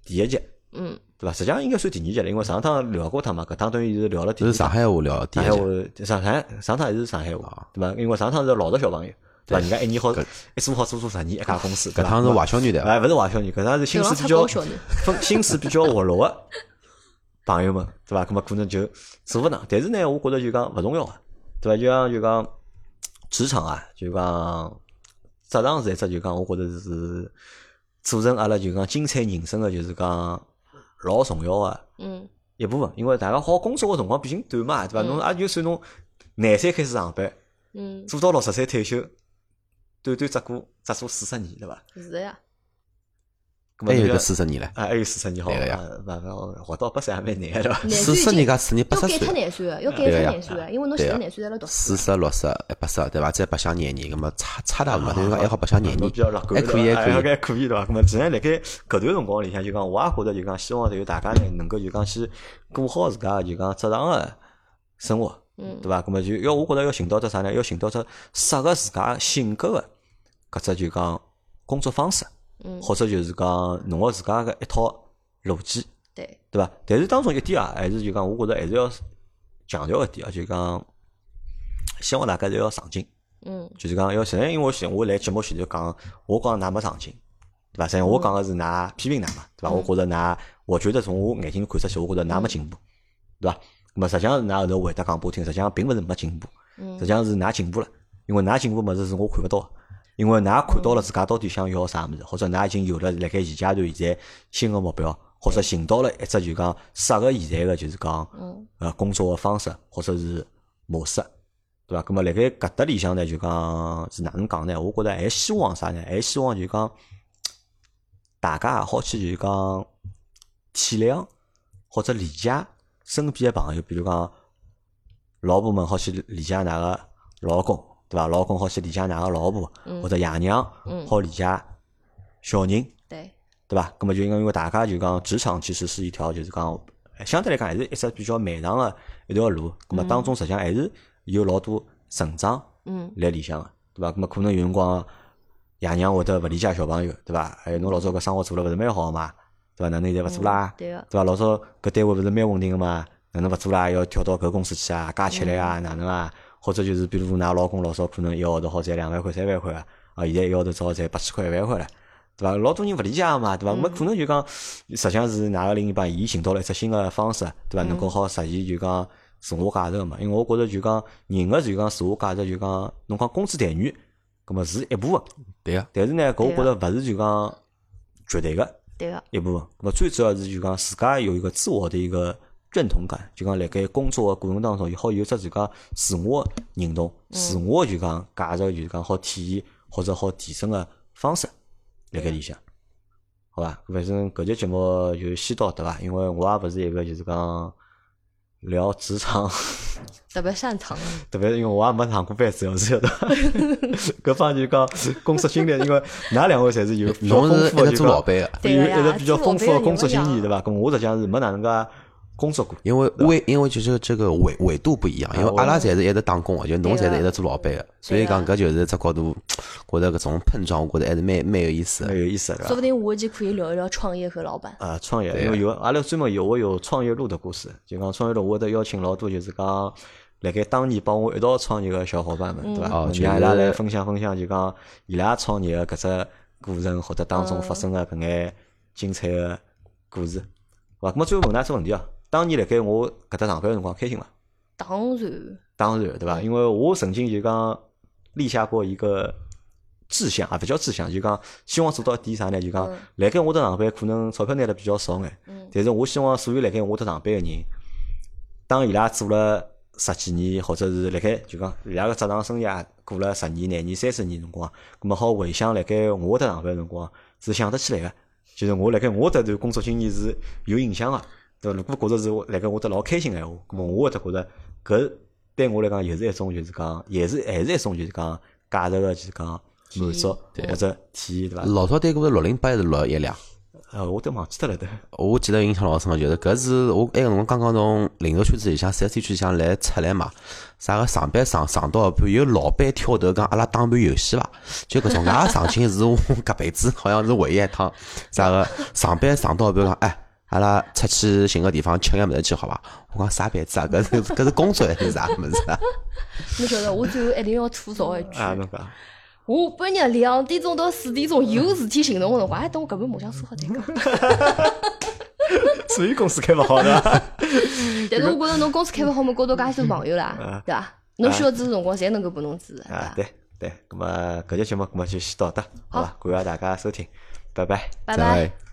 A: 第一集，
C: 嗯，
A: 对伐？实际上应该算第二集了，因为上趟聊过趟嘛，搿趟等于是聊了第
B: 这
A: 二
B: 是
A: 集。
B: 上海话聊第
A: 上
B: 一
A: 海
B: 集
A: 话，，
B: 啊
A: 上海上趟还是上海话，对伐？因为上趟是老的小朋友，对伐？人家一年好一做好做做十年一家公司，
B: 搿
A: 搿
B: 趟是坏小女的，
A: 哎，勿是坏小人，搿趟是心思比
C: 流
A: 较
C: 浪出狗小人
A: 分心思比较活络个朋友们，对伐？搿么可能就做勿能，但是呢，我觉着就讲勿重要个，对伐？就像就讲职场啊，就讲职场是一只就讲，我觉着是组成阿拉就讲精彩人生个，就是讲老重要个、
C: 嗯
A: 一部分，因为大家好好工作个辰光毕竟短嘛，对伐？侬也啊就算侬廿三开始上班，
C: 嗯，
A: 做到六十岁退休，短短只过只做四十年，对伐？
C: 是的呀，
A: 搿么
B: 还有
A: 就像
B: 一个哎四十年了，
A: 啊，还有四十年好，
B: 对个呀
A: 啊勿勿活到八十还蛮难个，对伐？
C: 廿
B: 四十
C: 岁已
B: 年
C: 经
B: 加四年八
A: 啊
C: 要
B: 十
C: 改脱
B: 岁，
C: 廿岁个，要改
B: 对
C: 脱
B: 个呀
C: 廿岁个，因为侬
B: 对
C: 现
B: 个
C: 在廿岁在辣读书
B: 四，十六十一百十，对伐？再白相廿年，葛么差差大
A: 啊
B: 嘛，等于讲还好白 相廿
A: 侬
B: 年
A: 比较乐，观，
B: 还可以，
A: 对伐
B: 还
A: 哎
B: 可以。
A: 还可以对伐？咁么，既然辣盖搿段辰光里向，就讲我也觉着就讲，希望就大家呢能够就讲先过好自家的就讲职场个生活，
C: 嗯
A: 对伐？咁么就要我觉着要寻到只啥呢？要寻到只适合自家性格个搿只就讲工作方式，
C: 嗯
A: 或者就是讲侬个自家个一套逻辑。
C: 对，
A: 对伐？但是当中一点啊，还是就讲，我觉着还是要强调一点啊，就讲希望大家侪要上进，
C: 嗯
A: 就是讲要现在，因为我现我来节目前头讲，我讲㑚没上进，对伐？实际上我讲个是㑚批评㑚嘛，对伐？我觉着㑚，我觉得从我眼睛看出去，我觉着㑚没进步，对伐？那么实际上是㑚后头回答讲拨我听，实际上并勿是没进步，实际
C: 嗯
A: 上是㑚进步了，因为㑚进步物事是我看勿到的。因为㑚看到了自家到底想要啥物事，或者㑚已经有了辣盖现阶段现在新个目标，或者寻到了一只就讲适合现在个就是讲
C: 嗯
A: 呃工作个方式或者是模式，对伐？咁么辣盖搿搭里向呢，就讲是哪能讲呢？我觉着还希望啥呢？还希望就讲大家也好去就讲体谅或者理解身边个朋友，比如讲老婆们好去理解㑚个老公，对伐？老公好去理解㑚个老婆，
C: 嗯
A: 或者爷娘
C: 嗯
A: 好理解小人。
C: 对，
A: 对吧？那么就因为因为大家就讲职场其实是一条就是讲相对来讲还是一只比较漫长的一条路，那么当中实际上还是有老多成长
C: 嗯
A: 辣里向个，对伐？那么可能有辰光爷娘会得勿理解小朋友，对伐？哎，侬老早搿生活做了勿是蛮好嘛，对伐？哪能现在勿做啦
C: 嗯？对个，
A: 对伐？老早搿单位勿是蛮稳定个嘛，哪能勿做啦？要跳到搿公司去啊，加吃力啊，哪能啊？或者就是比如㑚老公老早可能一个号头好赚两万块、三万块啊，啊，现在一个号头只好赚八千块、一万块了。对伐？老多人勿理解个嘛，对伐？没可能就讲，实际上是哪个另一半伊寻到了一只新个方式，对伐？能够好实现就讲自我价值个嘛。因为我觉着就讲人个就讲自我价值就讲，侬讲工资待遇，葛么是一部分，
B: 对个，
A: 但是呢，搿我觉
C: 对
A: 着勿是就讲绝对个，
C: 对啊个，
A: 一部分。那么最主要是就讲自家有一个自我的一个认同感，就讲辣盖工作的过程当中，也好有只自家自我的认同、自我就讲价值，就是讲好体现或者好提升的方式辣盖里向。好吧，反正搿节节目就先到对伐？因为我也勿是一个就是讲聊职场，
C: 特别擅长，
A: 特别是因为我也没上过班，主要是晓得伐。搿方面就讲工作经历，因为㑚两位侪是有比较
B: 侬
A: 丰
B: 是
A: 富
B: 一
A: 的
B: 个
A: 就
B: 做
A: 讲
B: 老板个，
A: 比
C: 对
A: 有
C: 个
A: 一
C: 呀哎
A: 个比较
C: 做老
A: 丰
C: 板
A: 富的
C: 的
A: 工
C: 人
A: 作
C: 勿一
A: 经验，
C: 样
A: 对伐？咁我实际上是没哪能介工作过，
B: 因为为因为就是这个维维度不一样，因为
A: 啊
B: 阿拉侪是一直打工个，就侬
C: 对
B: 侪
C: 个
B: 是一直做老板个，所以
C: 对啊
B: 讲
C: 个
B: 搿就是只角度，觉着搿种碰撞，我觉着还是蛮蛮有意思
A: 蛮
B: 的。
A: 有意思的，对伐？
C: 说不定下一集可以聊一聊创业和老板。
A: 啊，创业，因为有阿拉专门有我有创业路的故事，就讲创业路，我得邀请老多就是讲，辣盖当年帮我一道创业个小伙伴们，对伐
B: 哦？就
A: 让伊拉
B: 是
A: 来分享分享，就讲伊拉创业个搿只过程或者当中发生个搿
C: 嗯
A: 眼精彩个故事，好伐？咁么最后问㑚一只问题啊，当年辣盖我搿搭上班个辰光开心伐？
C: 当然，
A: 当然，对伐？因为我曾经就讲立下过一个志向啊，勿叫志向，就讲希望做到一点啥呢？就讲
C: 嗯
A: 辣盖我搭上班，可能钞票拿的比较少眼
C: 嗯，
A: 但是我希望所有辣盖我搭上班个人，当伊拉做了十几年，或者是辣盖就讲伊拉个职场生涯过了十年、廿年、三十年辰光，咁么好回想辣盖我搭上班的辰光是想得起来个，就是我辣盖我这段工作经验是有影响个、对伐？如果觉着是我辣盖我得老开心个闲话，咁么我会得觉着搿对我来讲也是一种就是讲，也是还是一种就是讲价值个就是讲满足或者体验，对伐？
B: 老早对过是六零八还是六一两？
A: 呃，我都忘记脱了都。
B: 我记得印象老深个，就是搿是我埃个辰光刚刚从零售圈子里向、四 S 店圈里向来出来嘛，啥个上班上上到一半，有老板挑头讲阿拉打盘游戏伐，就搿种介上进是我搿辈子好像是唯一一趟，啥个上班上到一半讲哎。阿拉出去寻个地方吃眼物事去好伐？我讲啥辈子啊？搿是搿是工作还是啥物事啊？
C: 侬晓得，我最后一定要吐槽一句，
A: 啊，侬讲，
C: 我半夜两点钟到四点钟有事体寻侬个辰光，哎，等我搿杯梦想苏好再讲。
A: 所以公司开勿好的。
C: 但是我觉着侬公司开勿好嘛，交到介许多朋友啦，对伐？侬需要支持辰光，侪能够拨侬支持，对
A: 嗯啊
C: 伐，？
A: 对对，咁么搿节节目咁么就先到这，好吧？感谢大家收听，拜拜。
C: 拜拜。
B: 再